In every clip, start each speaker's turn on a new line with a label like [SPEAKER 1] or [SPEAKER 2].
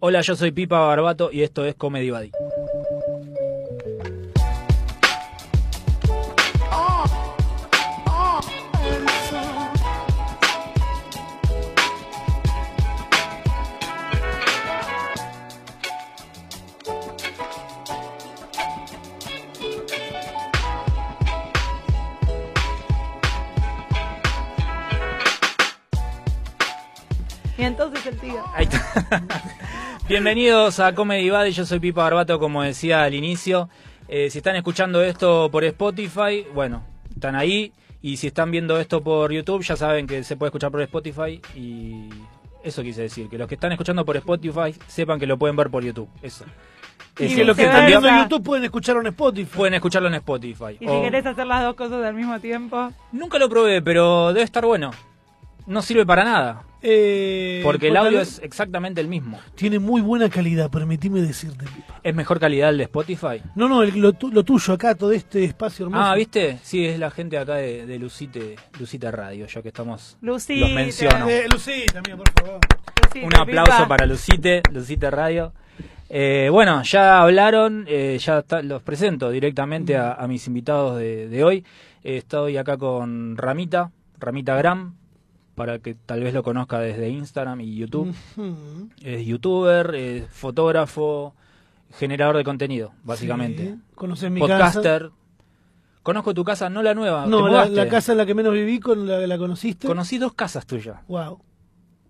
[SPEAKER 1] Hola, yo soy Pipa Barbato y esto es Comedy Buddy.
[SPEAKER 2] Y entonces el tío.
[SPEAKER 1] Ahí está. Bienvenidos a Comedy Buddy, yo soy Pipa Barbato, como decía al inicio. Eh, si están escuchando esto por Spotify, bueno, están ahí. Y si están viendo esto por YouTube, ya saben que se puede escuchar por Spotify. Y eso quise decir, que los que están escuchando por Spotify sepan que lo pueden ver por YouTube. Eso.
[SPEAKER 3] Y
[SPEAKER 1] Eso.
[SPEAKER 3] que los que
[SPEAKER 2] se
[SPEAKER 3] están viendo en
[SPEAKER 2] verla.
[SPEAKER 3] YouTube pueden escuchar en Spotify.
[SPEAKER 1] Pueden escucharlo en Spotify.
[SPEAKER 2] Y si
[SPEAKER 1] O-
[SPEAKER 2] querés hacer las dos cosas al mismo tiempo.
[SPEAKER 1] Nunca lo probé, pero debe estar bueno. No sirve para nada,
[SPEAKER 3] Eh,
[SPEAKER 1] porque el audio
[SPEAKER 3] la-
[SPEAKER 1] es exactamente el mismo.
[SPEAKER 3] Tiene muy buena calidad, permitime decirte. Pipa.
[SPEAKER 1] ¿Es mejor calidad el de Spotify?
[SPEAKER 3] No, no, el- lo, tu- lo tuyo acá, todo este espacio hermoso.
[SPEAKER 1] Ah, ¿viste? Sí, es la gente acá de, de Lucite, Lucite Radio, ya que estamos...
[SPEAKER 2] Lucita.
[SPEAKER 1] Los menciono.
[SPEAKER 3] Eh, Lucita, mía, por favor.
[SPEAKER 2] Lucita,
[SPEAKER 1] Un aplauso
[SPEAKER 2] Pipa.
[SPEAKER 1] para Lucite, Lucite Radio. Eh, bueno, ya hablaron, eh, ya está- los presento directamente a, a mis invitados de, de hoy. Eh, estoy acá con Ramita, Ramita Gram, para el que tal vez lo conozca desde Instagram y YouTube.
[SPEAKER 3] Mm. Ujú.
[SPEAKER 1] Es youtuber, es fotógrafo, generador de contenido, básicamente.
[SPEAKER 3] Sí. Conoces mi casa.
[SPEAKER 1] Podcaster. Conozco tu casa, no la nueva.
[SPEAKER 3] No,
[SPEAKER 1] ¿te
[SPEAKER 3] la,
[SPEAKER 1] mudaste?
[SPEAKER 3] la casa en la que menos viví, con la, la conociste.
[SPEAKER 1] Conocí dos casas tuyas.
[SPEAKER 3] wow.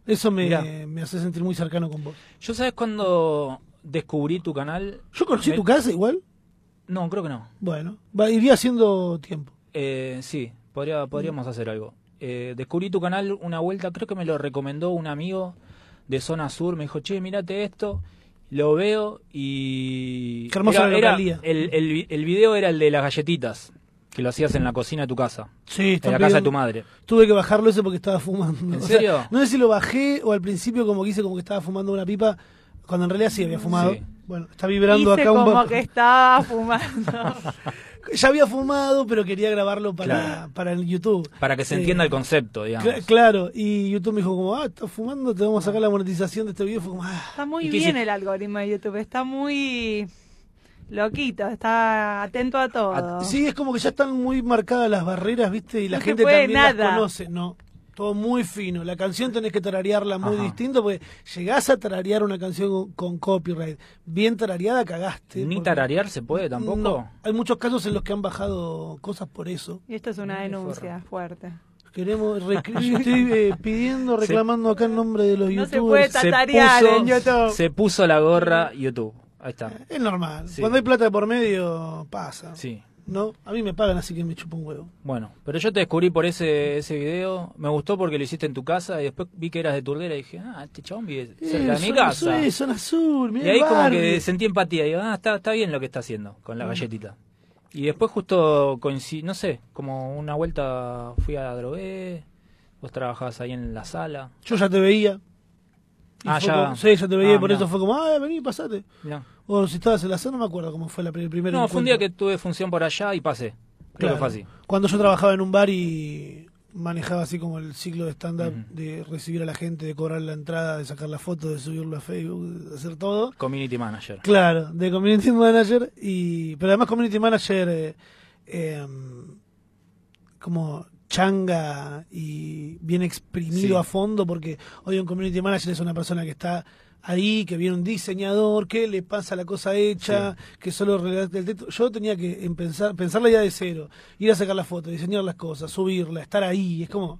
[SPEAKER 3] Eso
[SPEAKER 1] Mirá.
[SPEAKER 3] me, me hace sentir muy cercano con vos.
[SPEAKER 1] ¿Yo sabes cuando descubrí tu canal?
[SPEAKER 3] ¿Yo conocí
[SPEAKER 1] Me-
[SPEAKER 3] tu casa igual?
[SPEAKER 1] No, creo que no.
[SPEAKER 3] Bueno, va- iría haciendo tiempo.
[SPEAKER 1] Eh, sí, podría, podríamos hacer algo. Eh, descubrí tu canal una vuelta, creo que me lo recomendó un amigo de Zona Sur. Me dijo, che, mirate esto. Lo veo y.
[SPEAKER 3] Qué hermosa la
[SPEAKER 1] era,
[SPEAKER 3] localía.
[SPEAKER 1] el, el vi- el video era el de las galletitas, que lo hacías en la cocina de tu casa.
[SPEAKER 3] Sí,
[SPEAKER 1] En
[SPEAKER 3] están
[SPEAKER 1] la casa de
[SPEAKER 3] pidiendo-
[SPEAKER 1] tu madre.
[SPEAKER 3] Tuve que bajarlo ese porque estaba fumando.
[SPEAKER 1] ¿En
[SPEAKER 3] O sea,
[SPEAKER 1] serio?
[SPEAKER 3] no sé si lo bajé o al principio como que hice como que estaba fumando una pipa, cuando en realidad sí había fumado.
[SPEAKER 1] Sí.
[SPEAKER 3] Bueno, está vibrando
[SPEAKER 2] Hice
[SPEAKER 3] acá un
[SPEAKER 2] como
[SPEAKER 3] poco.
[SPEAKER 2] que estaba fumando.
[SPEAKER 3] Ya había fumado, pero quería grabarlo para,
[SPEAKER 1] Claro.
[SPEAKER 3] para el YouTube.
[SPEAKER 1] Para que se
[SPEAKER 3] Eh,
[SPEAKER 1] entienda el concepto, digamos.
[SPEAKER 3] cl- claro, y YouTube me dijo como, ah, estás fumando, te vamos a sacar la monetización de este video. Fue como, ah.
[SPEAKER 2] Está muy
[SPEAKER 1] ¿Y qué
[SPEAKER 2] bien
[SPEAKER 1] hiciste?
[SPEAKER 2] el algoritmo de YouTube. Está muy loquito. Está atento a todo.
[SPEAKER 3] Sí, es como que ya están muy marcadas las barreras, ¿viste? Y la
[SPEAKER 2] No se
[SPEAKER 3] gente
[SPEAKER 2] puede
[SPEAKER 3] también las
[SPEAKER 2] nada.
[SPEAKER 3] conoce, ¿no? Todo muy fino. La canción tenés que tararearla muy
[SPEAKER 1] Ajá.
[SPEAKER 3] distinto porque llegás a tararear una canción con, con copyright. Bien tarareada cagaste.
[SPEAKER 1] Ni
[SPEAKER 3] porque-
[SPEAKER 1] tararear se puede tampoco.
[SPEAKER 3] No, hay muchos casos en los que han bajado cosas por eso.
[SPEAKER 2] Y esto es una
[SPEAKER 1] Muy forra.
[SPEAKER 2] denuncia fuerte.
[SPEAKER 3] Queremos, rec- yo estoy eh, pidiendo, reclamando acá en nombre de los
[SPEAKER 2] No se puede
[SPEAKER 3] youtubers.
[SPEAKER 1] Se
[SPEAKER 2] tatarear
[SPEAKER 1] puso-
[SPEAKER 2] en YouTube.
[SPEAKER 1] Se puso la gorra YouTube. Ahí está.
[SPEAKER 3] Es normal.
[SPEAKER 1] Sí.
[SPEAKER 3] Cuando hay plata de por medio, pasa.
[SPEAKER 1] Sí.
[SPEAKER 3] ¿No? A mí me pagan, así que me chupo un huevo.
[SPEAKER 1] Bueno, pero yo te descubrí por ese, ese video. Me gustó porque lo hiciste en tu casa y después vi que eras de Turdera y dije, ah, este chabón vive cerca
[SPEAKER 3] Eh,
[SPEAKER 1] de mi
[SPEAKER 3] zona
[SPEAKER 1] casa.
[SPEAKER 3] Sur, eh, zona sur,
[SPEAKER 1] Y
[SPEAKER 3] mirá
[SPEAKER 1] ahí
[SPEAKER 3] el
[SPEAKER 1] como que
[SPEAKER 3] barrio.
[SPEAKER 1] sentí empatía. Digo, ah, está, está bien lo que está haciendo con la galletita. Y después justo coincidí, no sé, como una vuelta fui a Drogué, vos trabajabas ahí en la sala.
[SPEAKER 3] Yo ya te veía. Y
[SPEAKER 1] Ah,
[SPEAKER 3] fue
[SPEAKER 1] ya.
[SPEAKER 3] como- sí, ya te veía
[SPEAKER 1] Ah,
[SPEAKER 3] y por
[SPEAKER 1] mirá.
[SPEAKER 3] eso fue como, ah, vení, pasate.
[SPEAKER 1] Mirá.
[SPEAKER 3] O si estabas en la zona, no me acuerdo cómo fue la pri- primera.
[SPEAKER 1] No, fue un día que tuve función por allá y pasé. Creo que fue así.
[SPEAKER 3] Cuando yo trabajaba en un bar y manejaba así como el ciclo de stand-up
[SPEAKER 1] Ujú.
[SPEAKER 3] de recibir a la gente, de cobrar la entrada, de sacar la foto, de subirlo a Facebook, de hacer todo.
[SPEAKER 1] Community manager.
[SPEAKER 3] Claro, de community manager y. Pero además community manager eh, eh, como changa y bien exprimido
[SPEAKER 1] Sí.
[SPEAKER 3] a fondo porque hoy un community manager es una persona que está ahí, que viene un diseñador, que le pasa la cosa hecha, que solo redacta el texto. Yo tenía que empezar, pensar la idea de cero, ir a sacar la foto, diseñar las cosas, subirla, estar ahí, es como...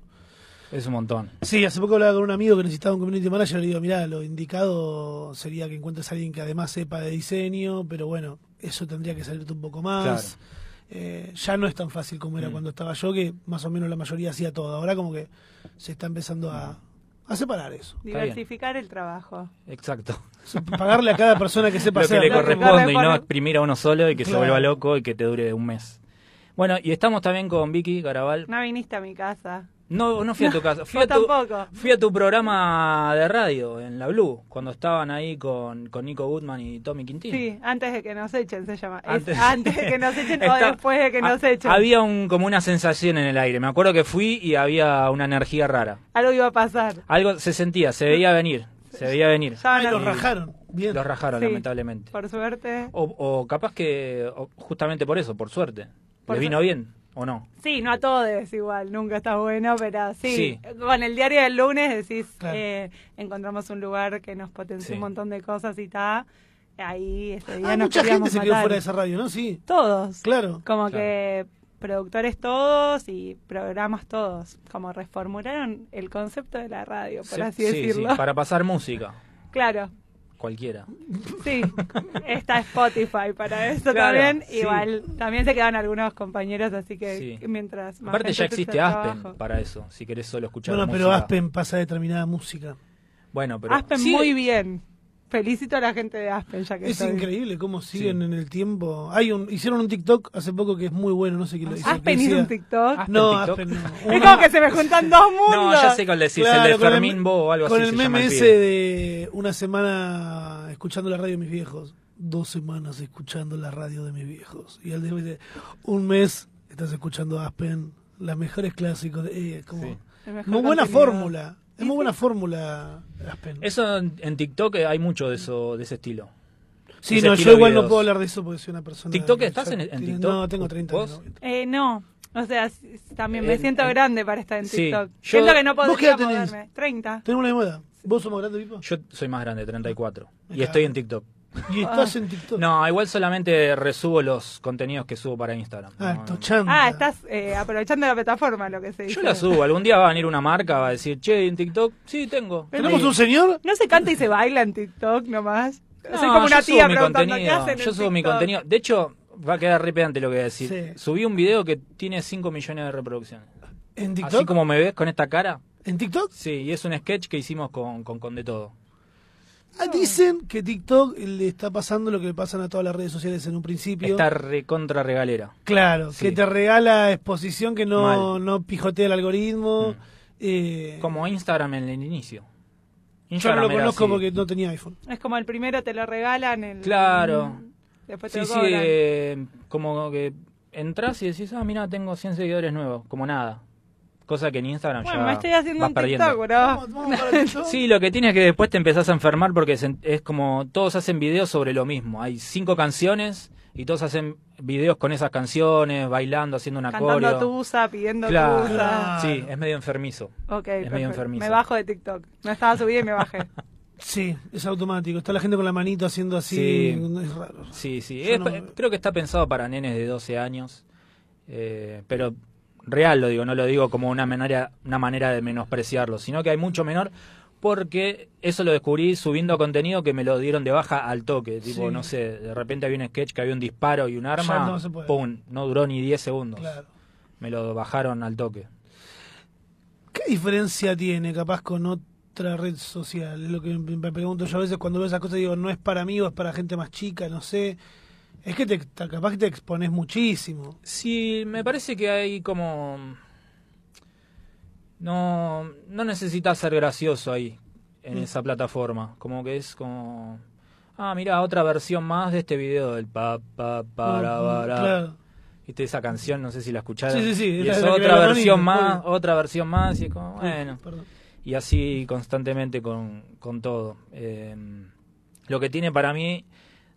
[SPEAKER 1] Es un montón.
[SPEAKER 3] Sí, hace poco hablaba con un amigo que necesitaba un community manager y le digo, mirá, lo indicado sería que encuentres a alguien que además sepa de diseño, pero bueno, eso tendría que salirte un poco más. Eh, ya no es tan fácil como era
[SPEAKER 1] Mm.
[SPEAKER 3] cuando estaba yo, que más o menos la mayoría hacía todo. Ahora como que se está empezando a, a separar eso.
[SPEAKER 1] Está bien.
[SPEAKER 2] Diversificar el trabajo.
[SPEAKER 1] Exacto.
[SPEAKER 3] Pagarle a cada persona que sepa
[SPEAKER 1] lo que
[SPEAKER 3] hacer.
[SPEAKER 1] le
[SPEAKER 2] Lo que
[SPEAKER 1] corresponde y no
[SPEAKER 2] corresponde.
[SPEAKER 1] exprimir a uno solo y que se
[SPEAKER 3] Claro.
[SPEAKER 1] vuelva loco y que te dure un mes. Bueno, y estamos también con Vicky Garabal.
[SPEAKER 2] No viniste a mi casa.
[SPEAKER 1] No, no fui a tu casa, fui,
[SPEAKER 2] yo
[SPEAKER 1] a tu,
[SPEAKER 2] tampoco.
[SPEAKER 1] fui a tu programa de radio en La Blue, cuando estaban ahí con, con Nico Goodman y Tommy Quintín.
[SPEAKER 2] Sí, antes de que nos echen se llama. Es
[SPEAKER 1] Antes-
[SPEAKER 2] Antes, de que nos echen o
[SPEAKER 1] Está-
[SPEAKER 2] después de que
[SPEAKER 1] ha-
[SPEAKER 2] nos echen.
[SPEAKER 1] Había un, como una sensación en el aire. Me acuerdo que fui y había una energía rara.
[SPEAKER 2] Algo iba a pasar.
[SPEAKER 1] Algo se sentía, se veía venir. Se veía venir.
[SPEAKER 2] Ya van
[SPEAKER 3] Ay,
[SPEAKER 2] a-
[SPEAKER 3] los rajaron. Bien.
[SPEAKER 1] Los rajaron,
[SPEAKER 2] Sí.
[SPEAKER 1] lamentablemente.
[SPEAKER 2] Por suerte.
[SPEAKER 1] O, o capaz que o justamente por eso, por suerte.
[SPEAKER 2] Por
[SPEAKER 1] ¿Les vino bien o no?
[SPEAKER 2] Sí, no a todos igual, nunca está bueno, pero sí.
[SPEAKER 1] Sí.
[SPEAKER 2] Con el diario del lunes decís,
[SPEAKER 3] Claro.
[SPEAKER 2] eh, encontramos un lugar que nos potenció
[SPEAKER 1] Sí.
[SPEAKER 2] un montón de cosas y está. Ahí este día
[SPEAKER 3] Ah,
[SPEAKER 2] nos
[SPEAKER 3] mucha gente
[SPEAKER 2] queríamos
[SPEAKER 3] se quedó
[SPEAKER 2] matar.
[SPEAKER 3] fuera de esa radio, ¿no? Sí,
[SPEAKER 2] Todos.
[SPEAKER 3] claro.
[SPEAKER 2] Como
[SPEAKER 1] Claro.
[SPEAKER 2] que productores todos y programas todos. Como reformularon el concepto de la radio, por
[SPEAKER 1] Sí,
[SPEAKER 2] así
[SPEAKER 1] sí, sí,
[SPEAKER 2] decirlo.
[SPEAKER 1] para pasar música,
[SPEAKER 2] Claro.
[SPEAKER 1] cualquiera.
[SPEAKER 2] Sí, está Spotify para esto
[SPEAKER 1] Claro,
[SPEAKER 2] también.
[SPEAKER 1] sí.
[SPEAKER 2] Igual, también se quedan algunos compañeros, así que
[SPEAKER 1] Sí.
[SPEAKER 2] mientras más
[SPEAKER 1] Aparte ya
[SPEAKER 2] gente se
[SPEAKER 1] existe
[SPEAKER 2] trabajo.
[SPEAKER 1] Aspen para eso, si querés solo escuchar
[SPEAKER 3] Bueno, pero
[SPEAKER 1] música.
[SPEAKER 3] Aspen pasa determinada música.
[SPEAKER 1] Bueno, pero
[SPEAKER 2] Aspen
[SPEAKER 1] Sí,
[SPEAKER 2] muy bien. Felicito a la gente de Aspen, ya que
[SPEAKER 3] Es
[SPEAKER 2] estoy.
[SPEAKER 3] increíble cómo siguen en el tiempo. Hay un, hicieron un TikTok hace poco que es muy bueno, no sé quién lo hizo.
[SPEAKER 2] Aspen
[SPEAKER 3] que
[SPEAKER 2] hizo un
[SPEAKER 3] decía-
[SPEAKER 2] TikTok.
[SPEAKER 1] Ah,
[SPEAKER 3] No,
[SPEAKER 1] TikTok.
[SPEAKER 3] Aspen no.
[SPEAKER 2] Es
[SPEAKER 3] Uno-
[SPEAKER 2] como que se me juntan dos mundos.
[SPEAKER 1] No, ya sé cuál decís,
[SPEAKER 3] Claro,
[SPEAKER 1] el de
[SPEAKER 3] con el
[SPEAKER 1] Fermín
[SPEAKER 3] me-
[SPEAKER 1] Bo o algo
[SPEAKER 3] Con
[SPEAKER 1] así
[SPEAKER 3] el
[SPEAKER 1] se llama el
[SPEAKER 3] meme ese
[SPEAKER 1] pibe.
[SPEAKER 3] de una semana escuchando la radio de mis viejos, dos semanas escuchando la radio de mis viejos. Y al de un mes estás escuchando Aspen, las mejores clásicos. de- eh, como-
[SPEAKER 1] Sí.
[SPEAKER 2] El mejor
[SPEAKER 3] Muy buena
[SPEAKER 2] contenido.
[SPEAKER 3] fórmula. Es muy buena fórmula Aspen.
[SPEAKER 1] Eso en, en TikTok eh, hay mucho de eso de ese estilo.
[SPEAKER 3] sí,
[SPEAKER 1] ese
[SPEAKER 3] no,
[SPEAKER 1] estilo
[SPEAKER 3] yo igual
[SPEAKER 1] videos.
[SPEAKER 3] no puedo hablar de eso porque soy una persona.
[SPEAKER 1] ¿TikTok
[SPEAKER 3] que
[SPEAKER 1] estás
[SPEAKER 3] ya
[SPEAKER 1] en- en
[SPEAKER 3] tiene-
[SPEAKER 1] TikTok?
[SPEAKER 3] No, tengo 30
[SPEAKER 1] ¿Vos?
[SPEAKER 3] años.
[SPEAKER 2] Eh, no. O sea, s- también me
[SPEAKER 1] En-
[SPEAKER 2] siento
[SPEAKER 1] en-
[SPEAKER 2] grande para estar en
[SPEAKER 1] Sí.
[SPEAKER 2] TikTok.
[SPEAKER 1] Yo-
[SPEAKER 2] siento que no
[SPEAKER 3] ¿Vos qué
[SPEAKER 2] podría
[SPEAKER 3] edad tenés?
[SPEAKER 2] moverme. 30.
[SPEAKER 3] Tenemos una moda. ¿Vos somos grandes, Pipa?
[SPEAKER 1] Yo soy más grande, 34, y
[SPEAKER 3] Claro.
[SPEAKER 1] estoy en TikTok.
[SPEAKER 3] Y estás en TikTok.
[SPEAKER 1] Ah. No, igual solamente resubo los contenidos que subo para Instagram.
[SPEAKER 3] Ah,
[SPEAKER 1] No, no.
[SPEAKER 3] tochanda.
[SPEAKER 2] Ah, estás eh, aprovechando la plataforma, lo que se dice.
[SPEAKER 1] Yo la subo, algún día va a venir una marca, va a decir, che, en TikTok, sí, tengo.
[SPEAKER 3] ¿Tenemos
[SPEAKER 1] Y-
[SPEAKER 3] un señor?
[SPEAKER 2] ¿No se canta y se baila en TikTok nomás?
[SPEAKER 1] No,
[SPEAKER 2] Soy como una
[SPEAKER 1] yo subo
[SPEAKER 2] tía
[SPEAKER 1] mi
[SPEAKER 2] preguntando qué
[SPEAKER 1] contenido,
[SPEAKER 2] hacen en
[SPEAKER 1] Yo subo mi
[SPEAKER 2] TikTok?".
[SPEAKER 1] contenido. De hecho, va a quedar re pedante lo que voy a decir.
[SPEAKER 3] Sí.
[SPEAKER 1] Subí un video que tiene 5 millones de reproducciones.
[SPEAKER 3] ¿En TikTok?
[SPEAKER 1] Así como me ves con esta cara.
[SPEAKER 3] ¿En TikTok?
[SPEAKER 1] Sí, y es un sketch que hicimos con, con, con de todo.
[SPEAKER 3] Ah, dicen que TikTok le está pasando lo que le pasan a todas las redes sociales en un principio.
[SPEAKER 1] Está recontra regalera.
[SPEAKER 3] Claro,
[SPEAKER 1] Sí.
[SPEAKER 3] que te regala exposición que no,
[SPEAKER 1] Mal.
[SPEAKER 3] no pijotea el algoritmo.
[SPEAKER 1] Mm.
[SPEAKER 3] eh,
[SPEAKER 1] Como Instagram en el inicio.
[SPEAKER 3] yo no
[SPEAKER 1] Instagram
[SPEAKER 3] lo
[SPEAKER 1] era
[SPEAKER 3] conozco
[SPEAKER 1] así.
[SPEAKER 3] porque no tenía iPhone.
[SPEAKER 2] Es como el primero te lo regalan, el
[SPEAKER 1] Claro.
[SPEAKER 2] después te
[SPEAKER 1] Sí, sí,
[SPEAKER 2] lo cobran.
[SPEAKER 1] eh, como que entras y decís, ah, mira, tengo 100 seguidores nuevos. Como nada. Cosa que en Instagram
[SPEAKER 2] bueno,
[SPEAKER 1] ya
[SPEAKER 2] me estoy haciendo
[SPEAKER 1] vas
[SPEAKER 2] un
[SPEAKER 1] perdiendo.
[SPEAKER 2] TikTok, bro.
[SPEAKER 3] Vamos, vamos para TikTok.
[SPEAKER 1] Ah. Sí, lo que tiene es que después te empezás a enfermar porque se- es como todos hacen videos sobre lo mismo. Hay cinco canciones y todos hacen videos con esas canciones, bailando, haciendo una
[SPEAKER 2] Cantando
[SPEAKER 1] coreo.
[SPEAKER 2] tusa, pidiendo
[SPEAKER 1] Claro.
[SPEAKER 2] tusa.
[SPEAKER 1] Sí, es medio enfermizo.
[SPEAKER 2] Ok,
[SPEAKER 1] medio
[SPEAKER 2] perfecto.
[SPEAKER 1] enfermizo.
[SPEAKER 2] Me bajo de TikTok. No estaba subida y me bajé.
[SPEAKER 3] Sí, es automático. Está la gente con la manito haciendo así.
[SPEAKER 1] Sí.
[SPEAKER 3] Es raro.
[SPEAKER 1] Sí, sí.
[SPEAKER 3] Yo
[SPEAKER 1] Es-
[SPEAKER 3] no-
[SPEAKER 1] Creo que está pensado para nenes de 12 años. eh, pero real lo digo, no lo digo como una manera, una manera de menospreciarlo, sino que hay mucho menor porque eso lo descubrí subiendo contenido que me lo dieron de baja al toque. Tipo,
[SPEAKER 3] Sí.
[SPEAKER 1] no sé, de repente había un sketch que había un disparo y un arma.
[SPEAKER 3] no se puede.
[SPEAKER 1] pum, no duró ni 10 segundos.
[SPEAKER 3] Claro.
[SPEAKER 1] Me lo bajaron al toque.
[SPEAKER 3] ¿Qué diferencia tiene capaz con otra red social? Es lo que me me pregunto yo a veces cuando veo esas cosas, digo, no es para mí o es para gente más chica, no sé. Es que te, te- capaz que te expones muchísimo.
[SPEAKER 1] Sí, me parece que hay como. No, no necesitas ser gracioso ahí, en
[SPEAKER 3] Mm.
[SPEAKER 1] esa plataforma. Como que es como. Ah, mira, otra versión más de este video del pa, pa, para,
[SPEAKER 3] No,
[SPEAKER 1] para.
[SPEAKER 3] Mm, Claro.
[SPEAKER 1] ¿Viste esa canción? No sé si la escucharon.
[SPEAKER 3] Sí, sí, sí,
[SPEAKER 1] Y
[SPEAKER 3] la-
[SPEAKER 1] es
[SPEAKER 3] la que
[SPEAKER 1] otra
[SPEAKER 3] la de
[SPEAKER 1] versión
[SPEAKER 3] Anonymous,
[SPEAKER 1] más,
[SPEAKER 3] obvio.
[SPEAKER 1] otra versión más, y es como, bueno.
[SPEAKER 3] Perdón.
[SPEAKER 1] Y así constantemente con, con todo. Eh, lo que tiene para mí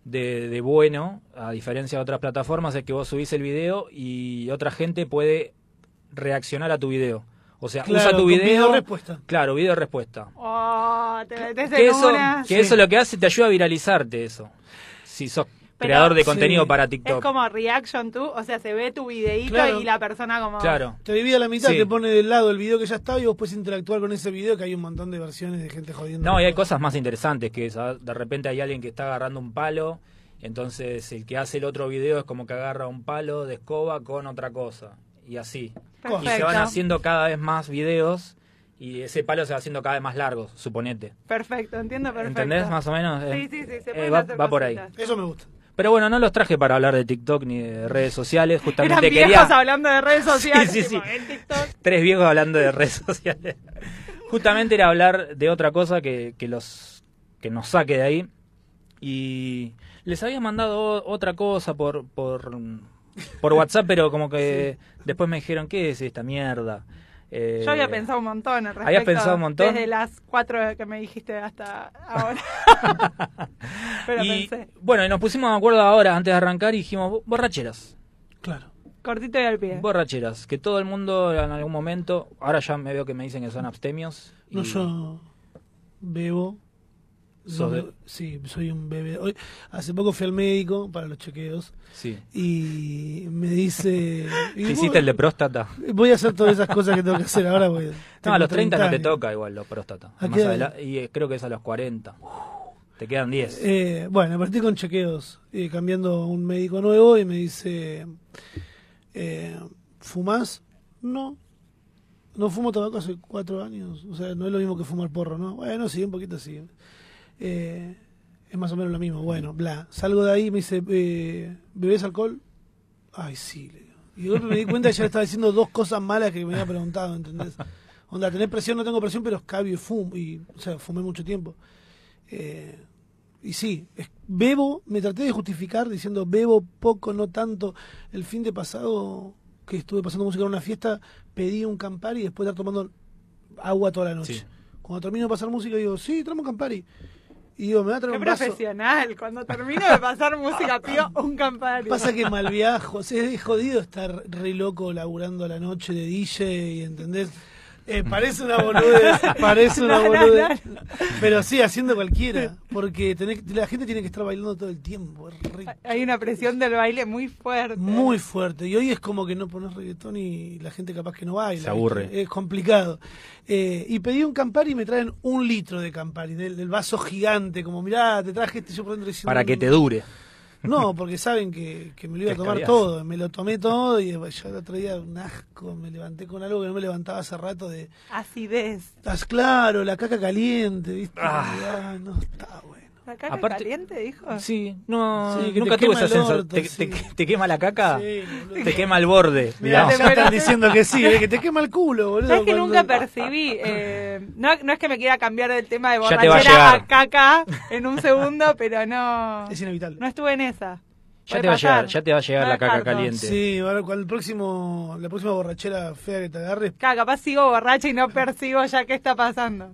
[SPEAKER 1] de, de bueno, a diferencia de otras plataformas, es que vos subís el video y otra gente puede reaccionar a tu video. O sea, usa
[SPEAKER 3] Claro,
[SPEAKER 1] tu
[SPEAKER 3] con
[SPEAKER 1] video.
[SPEAKER 3] video respuesta.
[SPEAKER 1] Claro, video respuesta.
[SPEAKER 2] Oh, te metes en
[SPEAKER 1] Que eso,
[SPEAKER 2] una.
[SPEAKER 1] que eso lo que hace te ayuda a viralizarte eso. Si sos creador de
[SPEAKER 3] sí.
[SPEAKER 1] contenido para
[SPEAKER 2] Es
[SPEAKER 1] TikTok.
[SPEAKER 2] como reaction tú, o sea, se ve tu videíto
[SPEAKER 3] Claro.
[SPEAKER 2] y la persona como...
[SPEAKER 1] Claro.
[SPEAKER 3] Te divide a la mitad,
[SPEAKER 1] Sí.
[SPEAKER 3] te pone del lado el video que ya está y vos puedes interactuar con ese video que hay un montón de versiones de gente jodiendo.
[SPEAKER 1] No, y hay cosas más interesantes que esa. De repente hay alguien que está agarrando un palo, entonces el que hace el otro video es como que agarra un palo de escoba con otra cosa. Y así.
[SPEAKER 2] Perfecto.
[SPEAKER 1] Y se van haciendo cada vez más videos y ese palo se va haciendo cada vez más largo, suponete.
[SPEAKER 2] Perfecto, entiendo perfecto.
[SPEAKER 1] ¿Entendés más o menos?
[SPEAKER 2] Sí,
[SPEAKER 1] Eh,
[SPEAKER 2] sí, sí, se
[SPEAKER 1] eh,
[SPEAKER 2] pueden
[SPEAKER 1] va,
[SPEAKER 2] hacer
[SPEAKER 1] va por ahí.
[SPEAKER 2] cositas.
[SPEAKER 3] Eso me gusta.
[SPEAKER 1] Pero bueno, no los traje para hablar de TikTok ni de redes sociales,
[SPEAKER 2] Eran
[SPEAKER 1] justamente
[SPEAKER 2] viejos
[SPEAKER 1] quería...
[SPEAKER 2] hablando de redes sociales.
[SPEAKER 1] Sí, sí,
[SPEAKER 2] tipo,
[SPEAKER 1] sí.
[SPEAKER 2] en TikTok.
[SPEAKER 1] Tres viejos hablando de redes sociales. Justamente era hablar de otra cosa que, que los que nos saque de ahí. Y les había mandado o- otra cosa por por, por WhatsApp, pero como que después me dijeron, ¿qué es esta mierda? Eh,
[SPEAKER 2] Yo había pensado un montón al respecto.
[SPEAKER 1] ¿habías pensado un montón?
[SPEAKER 2] Desde las cuatro que me dijiste hasta ahora. Pero
[SPEAKER 1] y,
[SPEAKER 2] pensé,
[SPEAKER 1] Bueno, y nos pusimos de acuerdo ahora, antes de arrancar, y dijimos "Bo- borracheras.
[SPEAKER 3] Claro.
[SPEAKER 2] cortito y al pie.
[SPEAKER 1] Borracheras. Que todo el mundo en algún momento. Ahora ya me veo que me dicen que son abstemios. y-
[SPEAKER 3] No, yo bebo.
[SPEAKER 1] ¿Sos
[SPEAKER 3] No,
[SPEAKER 1] de-
[SPEAKER 3] Sí, soy un bebé. Hoy, hace poco fui al médico para los chequeos
[SPEAKER 1] Sí.
[SPEAKER 3] y me dice... y
[SPEAKER 1] ¿Te
[SPEAKER 3] digo,
[SPEAKER 1] hiciste el de próstata?
[SPEAKER 3] Voy a hacer todas esas cosas que tengo que hacer ahora. Voy,
[SPEAKER 1] No, a los 30 no te
[SPEAKER 3] años.
[SPEAKER 1] toca igual los próstata.
[SPEAKER 3] ¿A
[SPEAKER 1] Más
[SPEAKER 3] qué edad?
[SPEAKER 1] adela- y eh, creo que es a los 40. Te quedan 10.
[SPEAKER 3] Eh, bueno, partí con chequeos, eh, cambiando a un médico nuevo y me dice, eh, ¿fumás? No. No fumo tabaco hace cuatro años. O sea, no es lo mismo que fumar porro, ¿no? Bueno, sí, un poquito sí. Eh, es más o menos lo mismo. Bueno, bla. Salgo de ahí y me dice, eh, ¿bebés alcohol? Ay, sí. le digo. Y de golpe me di cuenta que ya le estaba diciendo dos cosas malas que me había preguntado, ¿entendés? Onda, ¿tenés presión? No tengo presión, pero escabio y fumo. Y, o sea, fumé mucho tiempo. Eh, y sí, es- bebo, me traté de justificar diciendo bebo poco, no tanto. El fin de pasado que estuve pasando música en una fiesta, pedí un Campari y después estar tomando agua toda la noche.
[SPEAKER 1] Sí.
[SPEAKER 3] Cuando termino de pasar música digo, sí, traemos un Campari. Y digo, me va a traer
[SPEAKER 2] Qué
[SPEAKER 3] un vaso.
[SPEAKER 2] profesional. Cuando termino de pasar música, pido un campanario.
[SPEAKER 3] Pasa que mal viajo, es es jodido estar re loco laburando a la noche de DJ, ¿entendés? Eh, parece una boludez, parece una
[SPEAKER 2] No, no,
[SPEAKER 3] boludez. Pero sí, haciendo cualquiera, porque tenés, que- la gente tiene que estar bailando todo el tiempo. es re
[SPEAKER 2] Hay una presión del baile muy fuerte.
[SPEAKER 3] muy fuerte. Y hoy es como que no pones reggaetón y la gente capaz que no baila.
[SPEAKER 1] Se aburre.
[SPEAKER 3] ¿viste? Es complicado. Eh, y pedí un Campari y me traen un litro de Campari, del, del vaso gigante, como mirá, te traje este yo por dentro diciendo,
[SPEAKER 1] Para que
[SPEAKER 3] "No,
[SPEAKER 1] te dure.
[SPEAKER 3] no, porque saben que, que me lo iba a
[SPEAKER 1] Te
[SPEAKER 3] tomar
[SPEAKER 1] escabiás.
[SPEAKER 3] todo, me lo tomé todo y eh, yo el otro día un asco, me levanté con algo que no me levantaba hace rato de,
[SPEAKER 2] Acidez.
[SPEAKER 3] estás claro, la caca caliente, ¿viste?
[SPEAKER 1] Ah.
[SPEAKER 3] Ah, no está bueno.
[SPEAKER 2] ¿La caca
[SPEAKER 1] Aparte-
[SPEAKER 2] caliente, dijo?
[SPEAKER 1] Sí, no.
[SPEAKER 3] Ah. Sí, que te
[SPEAKER 1] nunca tuve
[SPEAKER 3] quema
[SPEAKER 1] esa
[SPEAKER 3] el
[SPEAKER 1] sensación.
[SPEAKER 3] orto,
[SPEAKER 1] Te,
[SPEAKER 3] sí.
[SPEAKER 1] te- te quema la caca,
[SPEAKER 3] Sí, boludo.
[SPEAKER 1] Ah. te quema el borde.
[SPEAKER 3] Mirá,
[SPEAKER 1] digamos.
[SPEAKER 2] te-
[SPEAKER 3] ya están diciendo que sí, eh, que te quema el culo, boludo.
[SPEAKER 2] ¿Sabes que
[SPEAKER 3] cuando-
[SPEAKER 2] nunca percibí? Eh, no, no es que me quiera cambiar del tema de
[SPEAKER 1] Ya te va a
[SPEAKER 2] borrachera a
[SPEAKER 1] llegar.
[SPEAKER 2] caca en un segundo, pero no.
[SPEAKER 3] Es inevitable.
[SPEAKER 2] No estuve en esa.
[SPEAKER 1] Ya
[SPEAKER 2] Puede
[SPEAKER 1] te va a
[SPEAKER 2] pasar.
[SPEAKER 1] llegar, ya te va a llegar
[SPEAKER 2] No
[SPEAKER 1] la caca
[SPEAKER 2] descarto.
[SPEAKER 1] caliente.
[SPEAKER 3] Sí, ahora cuando el próximo, la próxima borrachera fea que te agarres,
[SPEAKER 2] Claro, capaz sigo borracha y no percibo ya qué está pasando.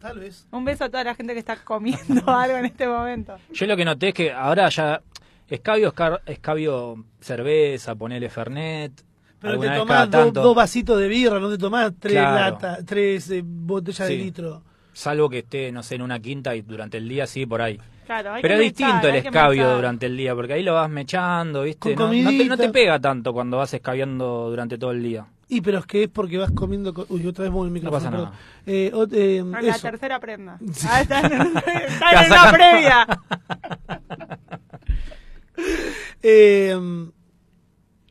[SPEAKER 3] tal vez.
[SPEAKER 2] Un beso a toda la gente que está comiendo algo en este momento.
[SPEAKER 1] Yo lo que noté es que ahora ya escabio, escar- escabio cerveza, ponele Fernet.
[SPEAKER 3] Pero
[SPEAKER 1] alguna
[SPEAKER 3] te
[SPEAKER 1] vez
[SPEAKER 3] tomás
[SPEAKER 1] cada
[SPEAKER 3] dos,
[SPEAKER 1] tanto,
[SPEAKER 3] dos vasitos de birra, no te tomás tres
[SPEAKER 1] Claro.
[SPEAKER 3] latas, tres eh, botellas
[SPEAKER 1] Sí.
[SPEAKER 3] de litro.
[SPEAKER 1] Salvo que esté, no sé, en una quinta y durante el día sí, por ahí.
[SPEAKER 2] Claro, hay
[SPEAKER 1] Pero es
[SPEAKER 2] que
[SPEAKER 1] distinto
[SPEAKER 2] mechar,
[SPEAKER 1] el
[SPEAKER 2] hay que
[SPEAKER 1] escabio
[SPEAKER 2] mechar.
[SPEAKER 1] durante el día, porque ahí lo vas mechando, ¿viste?
[SPEAKER 3] Con
[SPEAKER 1] No- no, te, no
[SPEAKER 3] comidita.
[SPEAKER 1] te pega tanto cuando vas escabiando durante todo el día.
[SPEAKER 3] Y pero es que es porque vas comiendo. co- Uy, otra vez muevo el micrófono.
[SPEAKER 1] pasa nada.
[SPEAKER 3] perdón. Eh, ot- eh,
[SPEAKER 2] Con la
[SPEAKER 3] eso.
[SPEAKER 2] tercera prenda. Ah, está en, está
[SPEAKER 1] Te
[SPEAKER 2] en
[SPEAKER 1] vas
[SPEAKER 2] una
[SPEAKER 1] sacando.
[SPEAKER 2] previa.
[SPEAKER 3] Eh,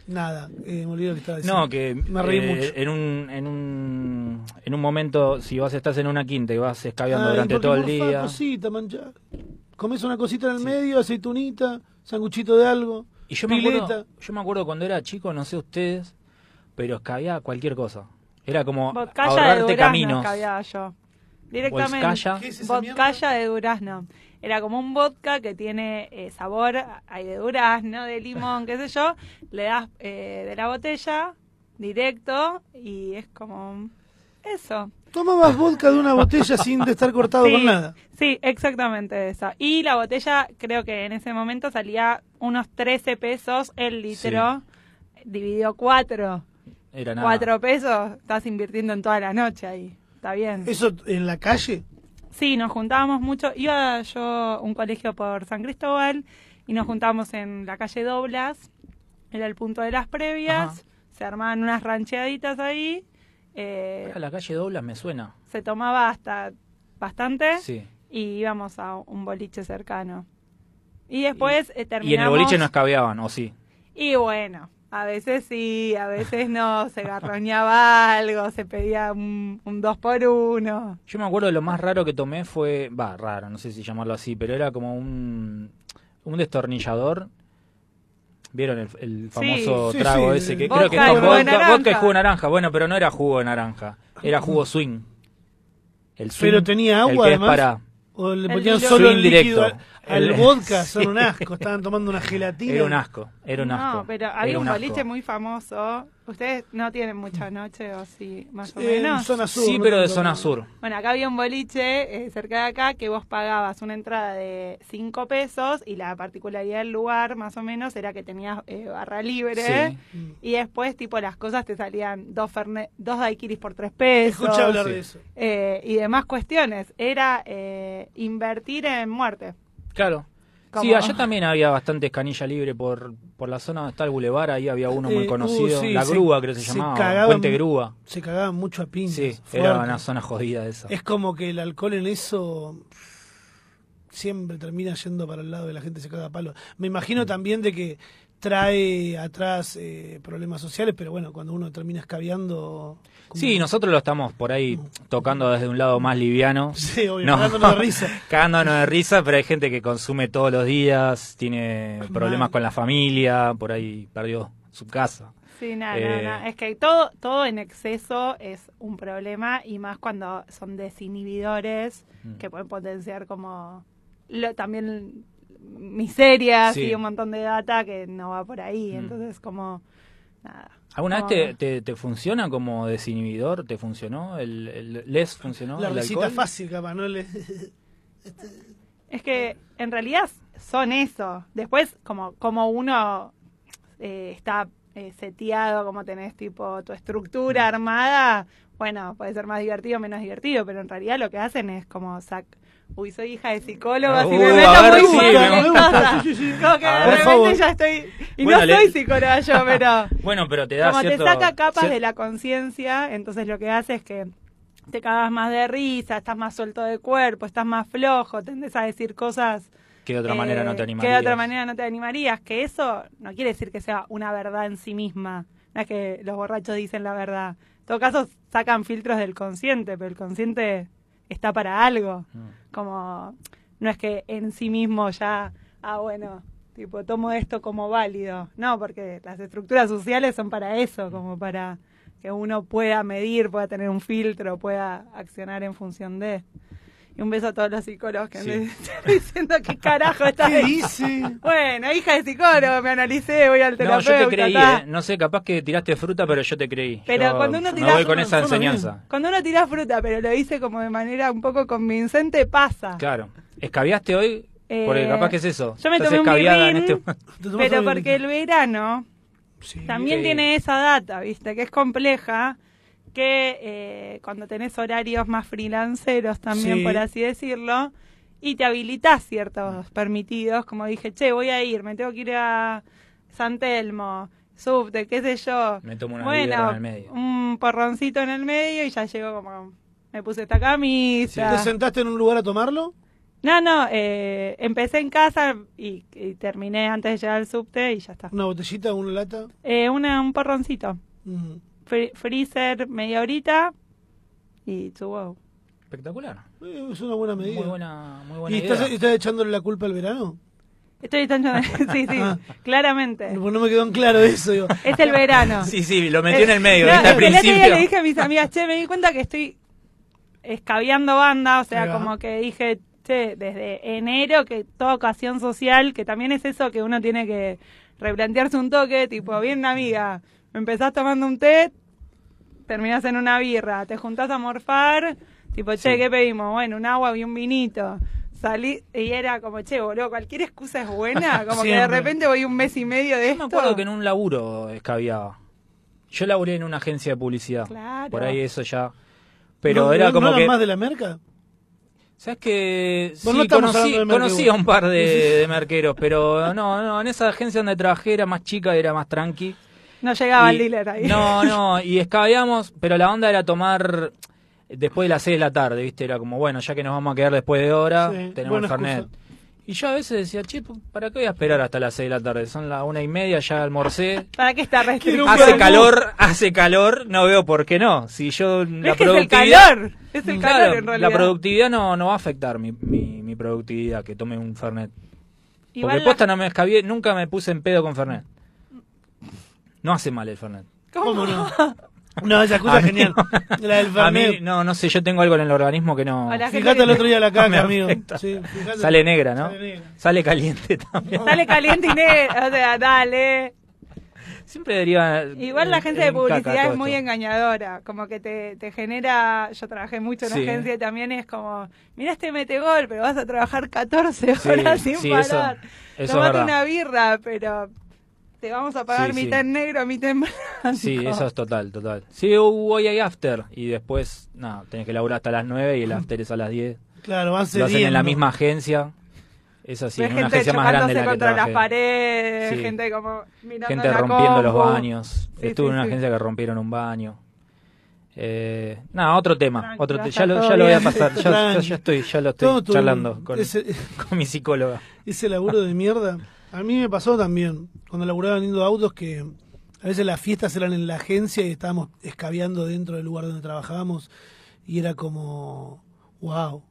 [SPEAKER 3] nada, eh, me olvidé lo que estaba diciendo.
[SPEAKER 1] No, que
[SPEAKER 3] Me reí
[SPEAKER 1] eh,
[SPEAKER 3] mucho.
[SPEAKER 1] En, un, en, un, en un momento, si vas estás en una quinta y vas escabeando
[SPEAKER 3] Ay,
[SPEAKER 1] durante
[SPEAKER 3] porque
[SPEAKER 1] todo el
[SPEAKER 3] morfás
[SPEAKER 1] día,
[SPEAKER 3] cosita, manchá. Comes una cosita en el medio, aceitunita, sanguchito de algo.
[SPEAKER 1] Y yo me,
[SPEAKER 3] pileta.
[SPEAKER 1] acuerdo, yo me acuerdo cuando era chico, no sé ustedes, pero escabía cualquier cosa. Era como
[SPEAKER 2] Vodcaya de
[SPEAKER 1] ahorrarte
[SPEAKER 2] durazno
[SPEAKER 1] caminos.
[SPEAKER 2] escabiaba yo. Directamente.
[SPEAKER 1] Volscaya.
[SPEAKER 3] ¿Qué es esa
[SPEAKER 2] Vodcaya de durazno. Era como un vodka que tiene eh, sabor, hay de durazno, de limón, qué sé yo. Le das eh, de la botella directo y es como eso.
[SPEAKER 3] Tomabas vodka de una botella sin de estar cortado
[SPEAKER 2] Sí,
[SPEAKER 3] con nada.
[SPEAKER 2] Sí, exactamente esa. Y la botella creo que en ese momento salía unos 13 pesos el litro, dividido 4.
[SPEAKER 1] Era nada.
[SPEAKER 2] 4 pesos, estás invirtiendo en toda la noche ahí. Está bien.
[SPEAKER 3] Eso en la calle.
[SPEAKER 2] Sí, nos juntábamos mucho. Iba yo a un colegio por San Cristóbal y nos juntábamos en la calle Doblas. Era el punto de las previas.
[SPEAKER 1] Ajá.
[SPEAKER 2] Se armaban unas rancheaditas ahí. eh,
[SPEAKER 1] Era la calle Doblas me suena.
[SPEAKER 2] se tomaba hasta bastante
[SPEAKER 1] Sí.
[SPEAKER 2] y íbamos a un boliche cercano. Y después eh, terminamos.
[SPEAKER 1] Y en el boliche no escabeaban, ¿o sí?
[SPEAKER 2] Y bueno, a veces sí, a veces no. Se garroñaba algo, se pedía un, un dos por uno.
[SPEAKER 1] Yo me acuerdo de lo más raro que tomé fue, va, raro, no sé si llamarlo así, pero era como un, un destornillador. ¿Vieron el, el famoso
[SPEAKER 3] Sí,
[SPEAKER 1] trago
[SPEAKER 3] sí,
[SPEAKER 1] ese?
[SPEAKER 3] el-
[SPEAKER 1] Que creo que es
[SPEAKER 2] Vodka y
[SPEAKER 1] con
[SPEAKER 2] jugo de
[SPEAKER 1] vodka,
[SPEAKER 2] naranja.
[SPEAKER 1] vodka y jugo de naranja. Bueno, pero no era jugo de naranja, era jugo swing. El swing.
[SPEAKER 3] Pero tenía
[SPEAKER 1] el
[SPEAKER 3] agua,
[SPEAKER 1] que es
[SPEAKER 3] además.
[SPEAKER 1] para-
[SPEAKER 3] O le
[SPEAKER 2] El
[SPEAKER 3] ponían
[SPEAKER 2] líquido.
[SPEAKER 3] solo
[SPEAKER 1] Swing
[SPEAKER 3] el líquido al,
[SPEAKER 1] directo.
[SPEAKER 3] al
[SPEAKER 1] El-
[SPEAKER 3] vodka, son
[SPEAKER 1] Sí.
[SPEAKER 3] un asco. Estaban tomando una gelatina.
[SPEAKER 1] Era un asco, era un asco.
[SPEAKER 2] No, pero
[SPEAKER 1] Era
[SPEAKER 2] había un
[SPEAKER 1] asco.
[SPEAKER 2] boliche muy famoso Ustedes no tienen mucha noche, o sí, más o
[SPEAKER 3] Eh, en
[SPEAKER 2] menos.
[SPEAKER 3] zona sur.
[SPEAKER 1] Sí,
[SPEAKER 3] no
[SPEAKER 1] pero de
[SPEAKER 3] tanto.
[SPEAKER 1] zona sur.
[SPEAKER 2] Bueno, acá había un boliche eh, cerca de acá que vos pagabas una entrada de 5 pesos y la particularidad del lugar, más o menos, era que tenías eh, barra libre.
[SPEAKER 1] Sí.
[SPEAKER 3] Mm.
[SPEAKER 2] Y después, tipo, las cosas te salían dos, ferne- dos daiquiris por 3 pesos.
[SPEAKER 3] Escuché hablar
[SPEAKER 1] sí.
[SPEAKER 3] de eso.
[SPEAKER 2] eh, y demás cuestiones. Era eh, invertir en muerte.
[SPEAKER 1] Claro. Sí,
[SPEAKER 2] Como-
[SPEAKER 1] allá también había bastantes canilla libre por, por la zona donde está el bulevar, ahí había uno muy
[SPEAKER 3] Eh,
[SPEAKER 1] conocido,
[SPEAKER 3] uh, sí,
[SPEAKER 1] la
[SPEAKER 3] se-
[SPEAKER 1] grúa creo que se,
[SPEAKER 3] se
[SPEAKER 1] llamaba,
[SPEAKER 3] cagaban-
[SPEAKER 1] Puente Grúa.
[SPEAKER 3] Se cagaban mucho a pinzas.
[SPEAKER 1] Sí,
[SPEAKER 3] fuerte.
[SPEAKER 1] era una zona jodida esa.
[SPEAKER 3] Es como que el alcohol en eso siempre termina yendo para el lado de la gente se caga a palo. Me
[SPEAKER 1] Mm.
[SPEAKER 3] imagino también de que trae atrás eh, problemas sociales, pero bueno, cuando uno termina escabeando... como-
[SPEAKER 1] Sí, nosotros lo estamos por ahí tocando desde un lado más liviano.
[SPEAKER 3] Sí, obvio,
[SPEAKER 1] No.
[SPEAKER 3] cagándonos de risa.
[SPEAKER 1] Cagándonos de risa, pero hay gente que consume todos los días, tiene problemas
[SPEAKER 3] Mal.
[SPEAKER 1] con la familia, por ahí perdió su casa.
[SPEAKER 2] Sí, nada,
[SPEAKER 1] Eh,
[SPEAKER 2] nada, Es que todo, todo en exceso es un problema y más cuando son desinhibidores
[SPEAKER 1] Mm.
[SPEAKER 2] que pueden potenciar como lo- también miserias
[SPEAKER 1] Sí.
[SPEAKER 2] y un montón de data que no va por ahí.
[SPEAKER 1] Mm.
[SPEAKER 2] Entonces, como nada.
[SPEAKER 1] ¿Alguna
[SPEAKER 2] No.
[SPEAKER 1] vez te, te, te funciona como desinhibidor? ¿Te funcionó? ¿El, el- les funcionó?
[SPEAKER 3] La
[SPEAKER 1] el
[SPEAKER 3] risita
[SPEAKER 1] alcohol?
[SPEAKER 3] fácil, capaz, ¿no? Le-
[SPEAKER 2] Es que en realidad son eso. Después, como, como uno eh, está eh, seteado, como tenés tipo tu estructura
[SPEAKER 1] Mm.
[SPEAKER 2] armada, bueno, puede ser más divertido o menos divertido, pero en realidad lo que hacen es como sac. Uy, soy hija de psicóloga, si
[SPEAKER 1] Uh,
[SPEAKER 2] me
[SPEAKER 1] a
[SPEAKER 2] meto
[SPEAKER 1] ver,
[SPEAKER 2] muy
[SPEAKER 1] sí,
[SPEAKER 2] fuerte
[SPEAKER 1] me
[SPEAKER 2] en
[SPEAKER 1] gusta.
[SPEAKER 2] cosas. Como que
[SPEAKER 1] A
[SPEAKER 2] de
[SPEAKER 1] ver,
[SPEAKER 2] repente
[SPEAKER 3] por favor.
[SPEAKER 2] ya estoy. Y
[SPEAKER 1] Bueno,
[SPEAKER 2] no
[SPEAKER 1] le-
[SPEAKER 2] soy psicóloga yo, pero.
[SPEAKER 1] Bueno, pero te da
[SPEAKER 2] Como
[SPEAKER 1] cierto-
[SPEAKER 2] te saca capas
[SPEAKER 1] cier-
[SPEAKER 2] de la conciencia, entonces lo que hace es que te cagas más de risa, estás más suelto de cuerpo, estás más flojo, tendés a decir cosas
[SPEAKER 1] Que de otra manera
[SPEAKER 2] eh,
[SPEAKER 1] no te animarías.
[SPEAKER 2] que de otra manera no te animarías, que eso no quiere decir que sea una verdad en sí misma, no es que los borrachos dicen la verdad. En todo caso, sacan filtros del consciente, pero el consciente está para algo,
[SPEAKER 1] Mm.
[SPEAKER 2] como no es que en sí mismo ya, ah, bueno, tipo, tomo esto como válido, no, porque las estructuras sociales son para eso, como para que uno pueda medir, pueda tener un filtro, pueda accionar en función de... Y un beso a todos los psicólogos que
[SPEAKER 1] Sí.
[SPEAKER 2] me están diciendo qué carajo está
[SPEAKER 3] ¿Qué dice?
[SPEAKER 2] bueno, hija de psicólogo, me analicé, voy al
[SPEAKER 1] No,
[SPEAKER 2] terapeuta.
[SPEAKER 1] yo te creí,
[SPEAKER 2] ta.
[SPEAKER 1] eh. no sé, capaz que tiraste fruta, pero yo te creí.
[SPEAKER 2] Pero
[SPEAKER 1] Yo
[SPEAKER 2] cuando uno
[SPEAKER 1] me
[SPEAKER 2] tira
[SPEAKER 1] voy con
[SPEAKER 3] fruta,
[SPEAKER 1] esa
[SPEAKER 3] fruta,
[SPEAKER 1] enseñanza.
[SPEAKER 2] Cuando uno tira fruta, pero lo dice como de manera un poco convincente, pasa.
[SPEAKER 1] Claro. ¿Escabiaste hoy? Porque
[SPEAKER 2] Eh,
[SPEAKER 1] capaz que es eso.
[SPEAKER 2] yo me
[SPEAKER 1] Estás
[SPEAKER 2] tomé un
[SPEAKER 1] escabiada en
[SPEAKER 2] birrín.
[SPEAKER 1] este momento.
[SPEAKER 3] Te tomás
[SPEAKER 2] Pero
[SPEAKER 3] algo
[SPEAKER 2] porque el verano
[SPEAKER 3] Sí.
[SPEAKER 2] también
[SPEAKER 1] Sí.
[SPEAKER 2] tiene esa data, ¿viste? Que es compleja, que eh, cuando tenés horarios más freelanceros también,
[SPEAKER 3] Sí.
[SPEAKER 2] por así decirlo, y te habilitas ciertos permitidos, como dije, che, voy a ir, me tengo que ir a San Telmo, subte, qué sé yo.
[SPEAKER 1] Me tomo una
[SPEAKER 2] bueno,
[SPEAKER 1] birra en el medio.
[SPEAKER 2] un porroncito en el medio y ya llegó como, me puse esta camisa.
[SPEAKER 3] ¿Te sentaste en un lugar a tomarlo?
[SPEAKER 2] no, no, eh, empecé en casa y, y terminé antes de llegar al subte y ya está.
[SPEAKER 3] ¿Una botellita, una lata?
[SPEAKER 2] Eh, una, un porroncito,
[SPEAKER 3] Mm.
[SPEAKER 2] Fri- freezer media horita y tu wow.
[SPEAKER 1] Espectacular.
[SPEAKER 3] Eh, Es una buena medida.
[SPEAKER 1] Muy buena, muy buena
[SPEAKER 3] ¿Y
[SPEAKER 1] idea.
[SPEAKER 3] estás, estás echándole la culpa al verano?
[SPEAKER 2] Estoy tan sí, sí,
[SPEAKER 3] Ah.
[SPEAKER 2] claramente.
[SPEAKER 3] No, pues no me quedó en claro eso. Digo.
[SPEAKER 2] Es el verano.
[SPEAKER 1] Sí, sí, lo metió en el medio,
[SPEAKER 2] Eh,
[SPEAKER 1] ¿viste? Al
[SPEAKER 2] No, el otro día
[SPEAKER 1] principio.
[SPEAKER 2] le dije a mis amigas, che, me di cuenta que estoy escabeando banda, o sea,
[SPEAKER 3] Ahí va.
[SPEAKER 2] como que dije, che, desde enero que toda ocasión social, que también es eso que uno tiene que replantearse un toque, tipo, bien amiga, empezás tomando un té, terminás en una birra, te juntás a morfar, tipo, che,
[SPEAKER 1] Sí.
[SPEAKER 2] ¿qué pedimos? Bueno, un agua y un vinito. Salí y era como, che, boludo, cualquier excusa es buena, como que de
[SPEAKER 3] Siempre.
[SPEAKER 2] repente voy un mes y medio de
[SPEAKER 1] Yo
[SPEAKER 2] esto.
[SPEAKER 1] me acuerdo que en un laburo escabiaba. Yo laburé en una agencia de publicidad.
[SPEAKER 2] Claro.
[SPEAKER 1] Por ahí eso ya. Pero
[SPEAKER 3] ¿No-
[SPEAKER 1] era
[SPEAKER 3] no-
[SPEAKER 1] como
[SPEAKER 3] no eran
[SPEAKER 1] que.
[SPEAKER 3] más de la merca?
[SPEAKER 1] ¿Sabes que
[SPEAKER 3] Vos
[SPEAKER 1] sí,
[SPEAKER 3] no estamos
[SPEAKER 1] conocí,
[SPEAKER 3] hablando de merca
[SPEAKER 1] conocí a
[SPEAKER 3] igual.
[SPEAKER 1] un par de, de merqueros, pero no, no, en esa agencia donde trabajé era más chica, era más tranqui.
[SPEAKER 2] No llegaba
[SPEAKER 1] Y-
[SPEAKER 2] el dealer ahí.
[SPEAKER 1] No, no, y escabeamos, pero la onda era tomar después de las 6 de la tarde, ¿viste? Era como, bueno, ya que nos vamos a quedar después de hora,
[SPEAKER 3] Sí,
[SPEAKER 1] tenemos
[SPEAKER 3] buena
[SPEAKER 1] el Fernet.
[SPEAKER 3] excusa.
[SPEAKER 1] Y yo a veces decía, che, ¿para qué voy a esperar hasta las 6 de la tarde? Son las una y media, ya almorcé.
[SPEAKER 2] ¿Para qué está
[SPEAKER 3] Quiero
[SPEAKER 2] restringido?
[SPEAKER 3] un
[SPEAKER 1] Hace
[SPEAKER 3] vermú.
[SPEAKER 1] calor, hace calor, no veo por qué no. Si yo
[SPEAKER 2] Pero
[SPEAKER 1] la
[SPEAKER 2] es que es el
[SPEAKER 1] productividad... Mm.
[SPEAKER 2] calor. Es el
[SPEAKER 1] Claro,
[SPEAKER 2] calor en realidad.
[SPEAKER 1] la productividad no, no va a afectar mi, mi- mi productividad, que tome un Fernet.
[SPEAKER 2] Igual
[SPEAKER 1] Porque
[SPEAKER 2] la-
[SPEAKER 1] posta no me escabié, nunca me puse en pedo con Fernet. No hace mal el Fernet.
[SPEAKER 2] ¿Cómo?
[SPEAKER 3] no? No, esa excusa
[SPEAKER 1] A
[SPEAKER 3] es
[SPEAKER 1] mí
[SPEAKER 3] genial. La del
[SPEAKER 1] A mí,
[SPEAKER 3] Fernet.
[SPEAKER 1] no, no sé, yo tengo algo en el organismo que no...
[SPEAKER 2] A la gente
[SPEAKER 3] Fijate el
[SPEAKER 2] que-
[SPEAKER 3] otro día la
[SPEAKER 1] me
[SPEAKER 3] caca, amigo.
[SPEAKER 1] afecta.
[SPEAKER 3] Sí, fijate.
[SPEAKER 1] Sale negra, ¿no?
[SPEAKER 3] Sale negra.
[SPEAKER 1] Sale caliente también.
[SPEAKER 2] Sale caliente y negro. O sea, dale.
[SPEAKER 1] Siempre deriva.
[SPEAKER 2] Igual la
[SPEAKER 1] en-
[SPEAKER 2] agencia de
[SPEAKER 1] en caca
[SPEAKER 2] publicidad
[SPEAKER 1] todo
[SPEAKER 2] es muy
[SPEAKER 1] esto.
[SPEAKER 2] engañadora, como que te, te genera, yo trabajé mucho en
[SPEAKER 1] Sí.
[SPEAKER 2] agencia y también es como, mira este mete gol, pero vas a trabajar 14
[SPEAKER 1] Sí,
[SPEAKER 2] horas sin
[SPEAKER 1] sí, eso-
[SPEAKER 2] parar.
[SPEAKER 1] Eso es
[SPEAKER 2] Tomate
[SPEAKER 1] verdad.
[SPEAKER 2] una birra, pero te vamos a pagar
[SPEAKER 1] Sí, sí.
[SPEAKER 2] mitad en negro, mitad en blanco.
[SPEAKER 1] Sí, eso es total, total. Sí, hubo hoy hay after y después, nada, tenés que laburar hasta las 9 y el after es a las 10.
[SPEAKER 3] Claro, van
[SPEAKER 1] Lo hacen en la
[SPEAKER 3] cediendo.
[SPEAKER 1] misma agencia. Es así,
[SPEAKER 2] Ves
[SPEAKER 1] en una
[SPEAKER 2] gente
[SPEAKER 1] agencia más grande
[SPEAKER 2] chocándose
[SPEAKER 1] en la que
[SPEAKER 2] contra las
[SPEAKER 1] trabajé.
[SPEAKER 2] paredes,
[SPEAKER 1] Sí.
[SPEAKER 2] gente como mirando
[SPEAKER 1] gente
[SPEAKER 2] la
[SPEAKER 1] rompiendo los
[SPEAKER 2] compu.
[SPEAKER 1] baños.
[SPEAKER 2] Sí,
[SPEAKER 1] Estuve
[SPEAKER 2] sí,
[SPEAKER 1] en una
[SPEAKER 2] sí.
[SPEAKER 1] agencia que rompieron un baño. Eh, nada, otro tema.
[SPEAKER 2] Tranqui,
[SPEAKER 1] otro
[SPEAKER 2] va
[SPEAKER 1] te-
[SPEAKER 2] a
[SPEAKER 1] ya
[SPEAKER 2] estar
[SPEAKER 1] lo,
[SPEAKER 2] todo
[SPEAKER 1] ya lo voy a
[SPEAKER 2] bien.
[SPEAKER 1] pasar. Ya, ya-
[SPEAKER 3] Tranqui.
[SPEAKER 1] ya estoy, ya lo
[SPEAKER 3] Todo
[SPEAKER 1] estoy
[SPEAKER 3] tu-
[SPEAKER 1] charlando con,
[SPEAKER 3] ese,
[SPEAKER 1] con mi psicóloga.
[SPEAKER 3] ese laburo de mierda. A mí me pasó también, cuando laburaba vendiendo autos, que a veces las fiestas eran en la agencia y estábamos escabeando dentro del lugar donde trabajábamos y era como, wow,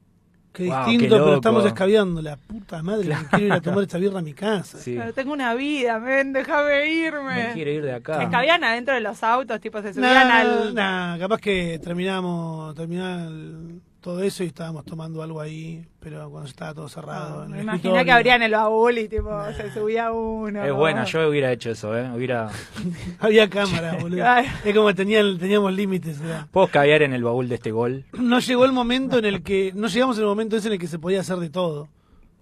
[SPEAKER 3] qué
[SPEAKER 1] Wow, qué
[SPEAKER 3] distinto,
[SPEAKER 1] loco.
[SPEAKER 3] pero estamos escabeando, la puta madre, me quiero ir a tomar esta birra a mi casa.
[SPEAKER 1] Sí.
[SPEAKER 2] Pero tengo una vida, men, déjame irme.
[SPEAKER 1] Me quiero ir de acá.
[SPEAKER 2] Escabían adentro de los autos, tipo se subían
[SPEAKER 3] Nah,
[SPEAKER 2] al...
[SPEAKER 3] nah, capaz que terminamos, terminaba el- todo eso y estábamos tomando algo ahí, pero cuando ya estaba todo cerrado. en
[SPEAKER 2] Ah, me
[SPEAKER 3] el
[SPEAKER 2] imaginé
[SPEAKER 3] escritorio.
[SPEAKER 2] que abrían el baúl y tipo se subía uno.
[SPEAKER 1] Es buena, yo hubiera hecho eso, ¿eh? Hubiera...
[SPEAKER 3] Había cámara, boludo.
[SPEAKER 2] Claro.
[SPEAKER 3] Es como tenían, teníamos límites. ¿verdad?
[SPEAKER 1] Puedo caviar en el baúl de este gol.
[SPEAKER 3] No llegó el momento en el que, no llegamos al momento ese en el que se podía hacer de todo.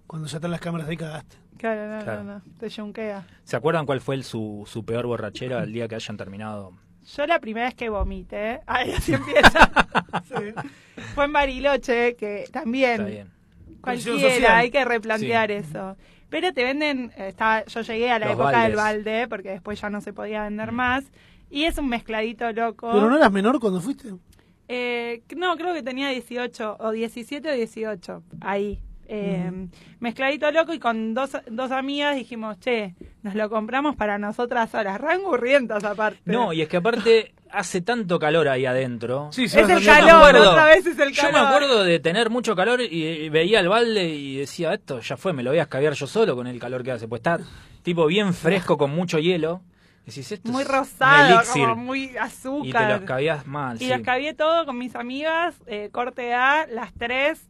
[SPEAKER 3] Cuando ya están las cámaras ahí cagaste.
[SPEAKER 2] Claro, no,
[SPEAKER 1] Claro.
[SPEAKER 2] no, no, te yunquea.
[SPEAKER 1] ¿Se acuerdan cuál fue el- su, su peor borrachera el día que hayan terminado?
[SPEAKER 2] Yo la primera vez que vomité, ay, así empieza. Sí. Fue en Bariloche, que
[SPEAKER 1] Está
[SPEAKER 2] también,
[SPEAKER 1] bien.
[SPEAKER 3] Presión social.
[SPEAKER 2] cualquiera, hay que replantear eso. Pero te venden, eh, está, yo llegué a la
[SPEAKER 1] Los
[SPEAKER 2] época del
[SPEAKER 1] baldes. Mm.
[SPEAKER 2] balde, porque después ya no se podía vender más. Y es un mezcladito loco.
[SPEAKER 3] Pero no eras menor cuando fuiste.
[SPEAKER 2] Eh, no, creo que tenía 18 o 17 o 18, ahí. Eh,
[SPEAKER 1] Mm.
[SPEAKER 2] Mezcladito loco y con dos, dos amigas dijimos, che, nos lo compramos para nosotras solas, rangurrientas aparte.
[SPEAKER 1] No, y es que aparte hace tanto calor ahí adentro.
[SPEAKER 2] es
[SPEAKER 1] yo
[SPEAKER 2] el
[SPEAKER 1] me
[SPEAKER 2] calor,
[SPEAKER 1] acuerdo.
[SPEAKER 2] otra vez es el
[SPEAKER 1] Yo
[SPEAKER 2] calor.
[SPEAKER 1] me acuerdo de tener mucho calor y, y veía el balde y decía, esto ya fue, me lo voy a escabiar yo solo con el calor que hace. Pues está tipo bien fresco con mucho hielo. Decís, esto
[SPEAKER 2] Muy
[SPEAKER 1] es
[SPEAKER 2] rosado,
[SPEAKER 1] un elixir.
[SPEAKER 2] como muy
[SPEAKER 1] Y te lo
[SPEAKER 2] azúcar.
[SPEAKER 1] escabiás mal.
[SPEAKER 2] Y
[SPEAKER 1] sí.
[SPEAKER 2] lo escabié todo con mis amigas, eh, corte A, las tres,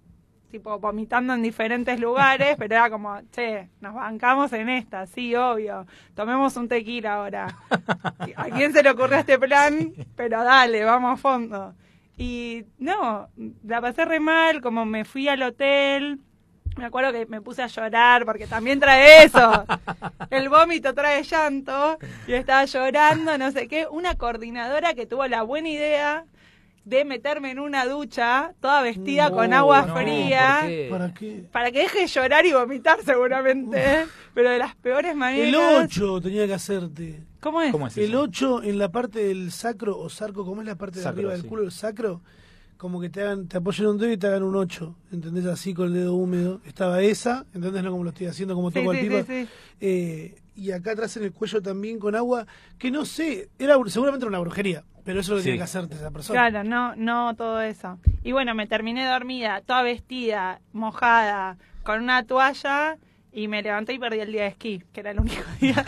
[SPEAKER 2] tipo vomitando en diferentes lugares, pero era como, che, nos bancamos en esta, sí, obvio, tomemos un tequila ahora. ¿A quién se le ocurrió este plan? Pero dale, vamos a fondo. Y no, la pasé re mal, como me fui al hotel. Me acuerdo que me puse a llorar porque también trae eso. El vómito trae llanto. Yo estaba llorando, no sé qué. Una coordinadora que tuvo la buena idea de meterme en una ducha, toda vestida
[SPEAKER 3] No,
[SPEAKER 2] con agua
[SPEAKER 1] No,
[SPEAKER 2] fría.
[SPEAKER 1] ¿por qué?
[SPEAKER 3] ¿Para qué?
[SPEAKER 2] Para que deje de llorar y vomitar seguramente. Pero de las peores maneras.
[SPEAKER 3] El 8 tenía que hacerte.
[SPEAKER 2] ¿Cómo es?
[SPEAKER 1] ¿Cómo es
[SPEAKER 3] El
[SPEAKER 1] eso?
[SPEAKER 3] 8 en la parte del sacro o sarco, ¿cómo es la parte de
[SPEAKER 1] Sacro,
[SPEAKER 3] arriba del
[SPEAKER 1] sí.
[SPEAKER 3] culo del sacro? Como que te hagan, te apoyen un dedo y te hagan un 8, ¿entendés? Así con el dedo húmedo. Estaba esa, ¿entendés? No como lo estoy haciendo, como
[SPEAKER 2] Sí,
[SPEAKER 3] toco el
[SPEAKER 2] sí,
[SPEAKER 3] pipa.
[SPEAKER 2] sí, sí.
[SPEAKER 3] Eh, y acá atrás en el cuello también con agua, que no sé, era seguramente era una brujería, pero eso lo
[SPEAKER 1] Sí.
[SPEAKER 3] tiene que hacerte esa persona.
[SPEAKER 2] Claro, no, no todo eso. Y bueno, me terminé dormida, toda vestida, mojada, con una toalla y me levanté y perdí el día de esquí, que era el único día.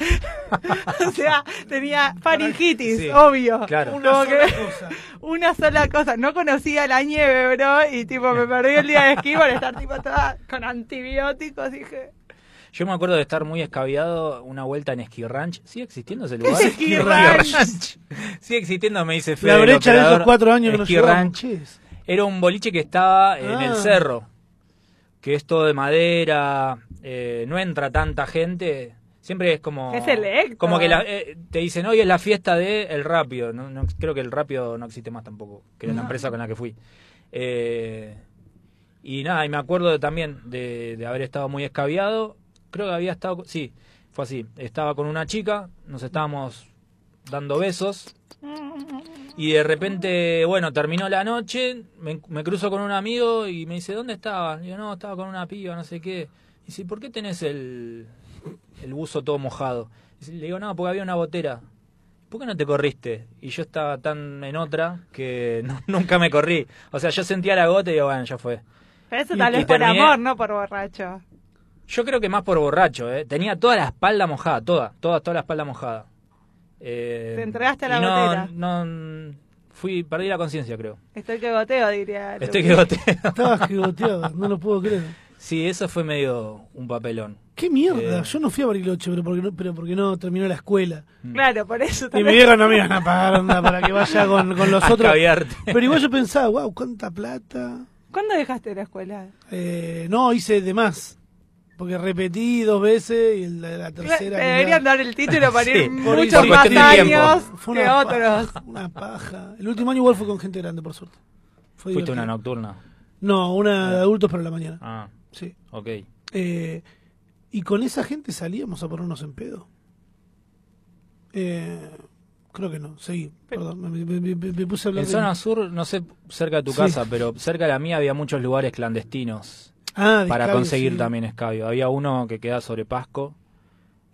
[SPEAKER 2] o sea, tenía faringitis,
[SPEAKER 1] Sí,
[SPEAKER 2] obvio.
[SPEAKER 1] claro.
[SPEAKER 3] Una
[SPEAKER 2] Como
[SPEAKER 3] sola
[SPEAKER 2] que-
[SPEAKER 3] cosa.
[SPEAKER 2] una sola cosa, no conocía la nieve, bro, y tipo me perdí el día de esquí por estar tipo toda con antibióticos, dije,
[SPEAKER 1] Yo me acuerdo de estar muy escabiado una vuelta en Esquí Ranch. ¿Sigue existiendo ese lugar?
[SPEAKER 2] es Esquí Ranch?
[SPEAKER 1] Sigue existiendo, me dice Fede.
[SPEAKER 3] La
[SPEAKER 1] el
[SPEAKER 3] brecha de esos
[SPEAKER 1] operador.
[SPEAKER 3] cuatro años que nos
[SPEAKER 1] Esquí
[SPEAKER 3] llevamos.
[SPEAKER 1] Ranch
[SPEAKER 3] che, es-
[SPEAKER 1] era un boliche que estaba en
[SPEAKER 3] Ah.
[SPEAKER 1] el cerro, que es todo de madera, eh, no entra tanta gente. Siempre es como.
[SPEAKER 2] Qué selecto.
[SPEAKER 1] Como que la- eh, te dicen, hoy es la fiesta de El Rápido. No, no- creo que El Rápido no existe más tampoco, que era la empresa con la que fui. Eh, y nada, y me acuerdo de- también de, de haber estado muy escabiado. Creo que había estado. Sí, fue así. Estaba con una chica, nos estábamos dando besos. Y de repente, bueno, terminó la noche, me, me cruzo con un amigo y me dice, ¿dónde estabas? Digo, no, estaba con una piba, no sé qué. Y dice, ¿por qué tenés el, el buzo todo mojado? Y le digo, no, porque había una botera. ¿Por qué no te corriste? Y yo estaba tan en otra que no- nunca me corrí. O sea, yo sentía la gota y digo, bueno, ya fue.
[SPEAKER 2] pero eso
[SPEAKER 1] Y-
[SPEAKER 2] tal
[SPEAKER 1] y
[SPEAKER 2] vez por
[SPEAKER 1] terminé-
[SPEAKER 2] amor, no por borracho.
[SPEAKER 1] Yo creo que más por borracho, ¿eh? Tenía toda la espalda mojada, toda, toda, toda la espalda mojada. Eh,
[SPEAKER 2] Te entregaste a la
[SPEAKER 1] y no-
[SPEAKER 2] botera.
[SPEAKER 1] No, fui, perdí la conciencia, creo.
[SPEAKER 2] Estoy que goteo, diría.
[SPEAKER 1] Estoy
[SPEAKER 2] Lupi.
[SPEAKER 1] que gotea.
[SPEAKER 3] Estabas gigoteado, no lo puedo creer.
[SPEAKER 1] Sí, eso fue medio un papelón.
[SPEAKER 3] ¿Qué mierda?
[SPEAKER 1] Eh.
[SPEAKER 3] Yo no fui a Bariloche, pero porque no, pero porque no terminó la escuela.
[SPEAKER 2] Claro, por eso
[SPEAKER 3] Y
[SPEAKER 2] tal
[SPEAKER 3] me
[SPEAKER 2] vez.
[SPEAKER 3] dijeron, no me iban a pagar onda para que vaya con, con los
[SPEAKER 1] A
[SPEAKER 3] otros.
[SPEAKER 1] caviarte.
[SPEAKER 3] Pero igual yo pensaba, wow, cuánta plata.
[SPEAKER 2] ¿Cuándo dejaste la escuela?
[SPEAKER 3] Eh, no, hice de más. Porque repetí dos veces y la, la
[SPEAKER 2] Claro,
[SPEAKER 3] tercera.
[SPEAKER 2] te
[SPEAKER 3] mirá,
[SPEAKER 2] deberían dar el título para
[SPEAKER 1] Sí,
[SPEAKER 2] ir
[SPEAKER 1] por
[SPEAKER 2] muchos
[SPEAKER 1] cuestión
[SPEAKER 2] más
[SPEAKER 1] de tiempo.
[SPEAKER 2] años
[SPEAKER 3] fue
[SPEAKER 2] que
[SPEAKER 3] una
[SPEAKER 2] otros.
[SPEAKER 3] paja, una paja. El último año igual fue con gente grande, por suerte. Fue
[SPEAKER 1] Fuiste una
[SPEAKER 3] divertido.
[SPEAKER 1] nocturna.
[SPEAKER 3] No, una de adultos, pero a la mañana.
[SPEAKER 1] Ah,
[SPEAKER 3] Sí.
[SPEAKER 1] ok.
[SPEAKER 3] Eh, y con esa gente salíamos a ponernos en pedo. Eh, creo que no, seguí. Perdón, me, me- me- me- me puse a hablar.
[SPEAKER 1] En
[SPEAKER 3] de-
[SPEAKER 1] zona sur, no sé cerca de tu
[SPEAKER 3] Sí.
[SPEAKER 1] casa, pero cerca de la mía había muchos lugares clandestinos
[SPEAKER 3] Ah, de
[SPEAKER 1] para
[SPEAKER 3] escabio,
[SPEAKER 1] conseguir
[SPEAKER 3] sí.
[SPEAKER 1] también escabio. Había uno que quedaba sobre Pasco,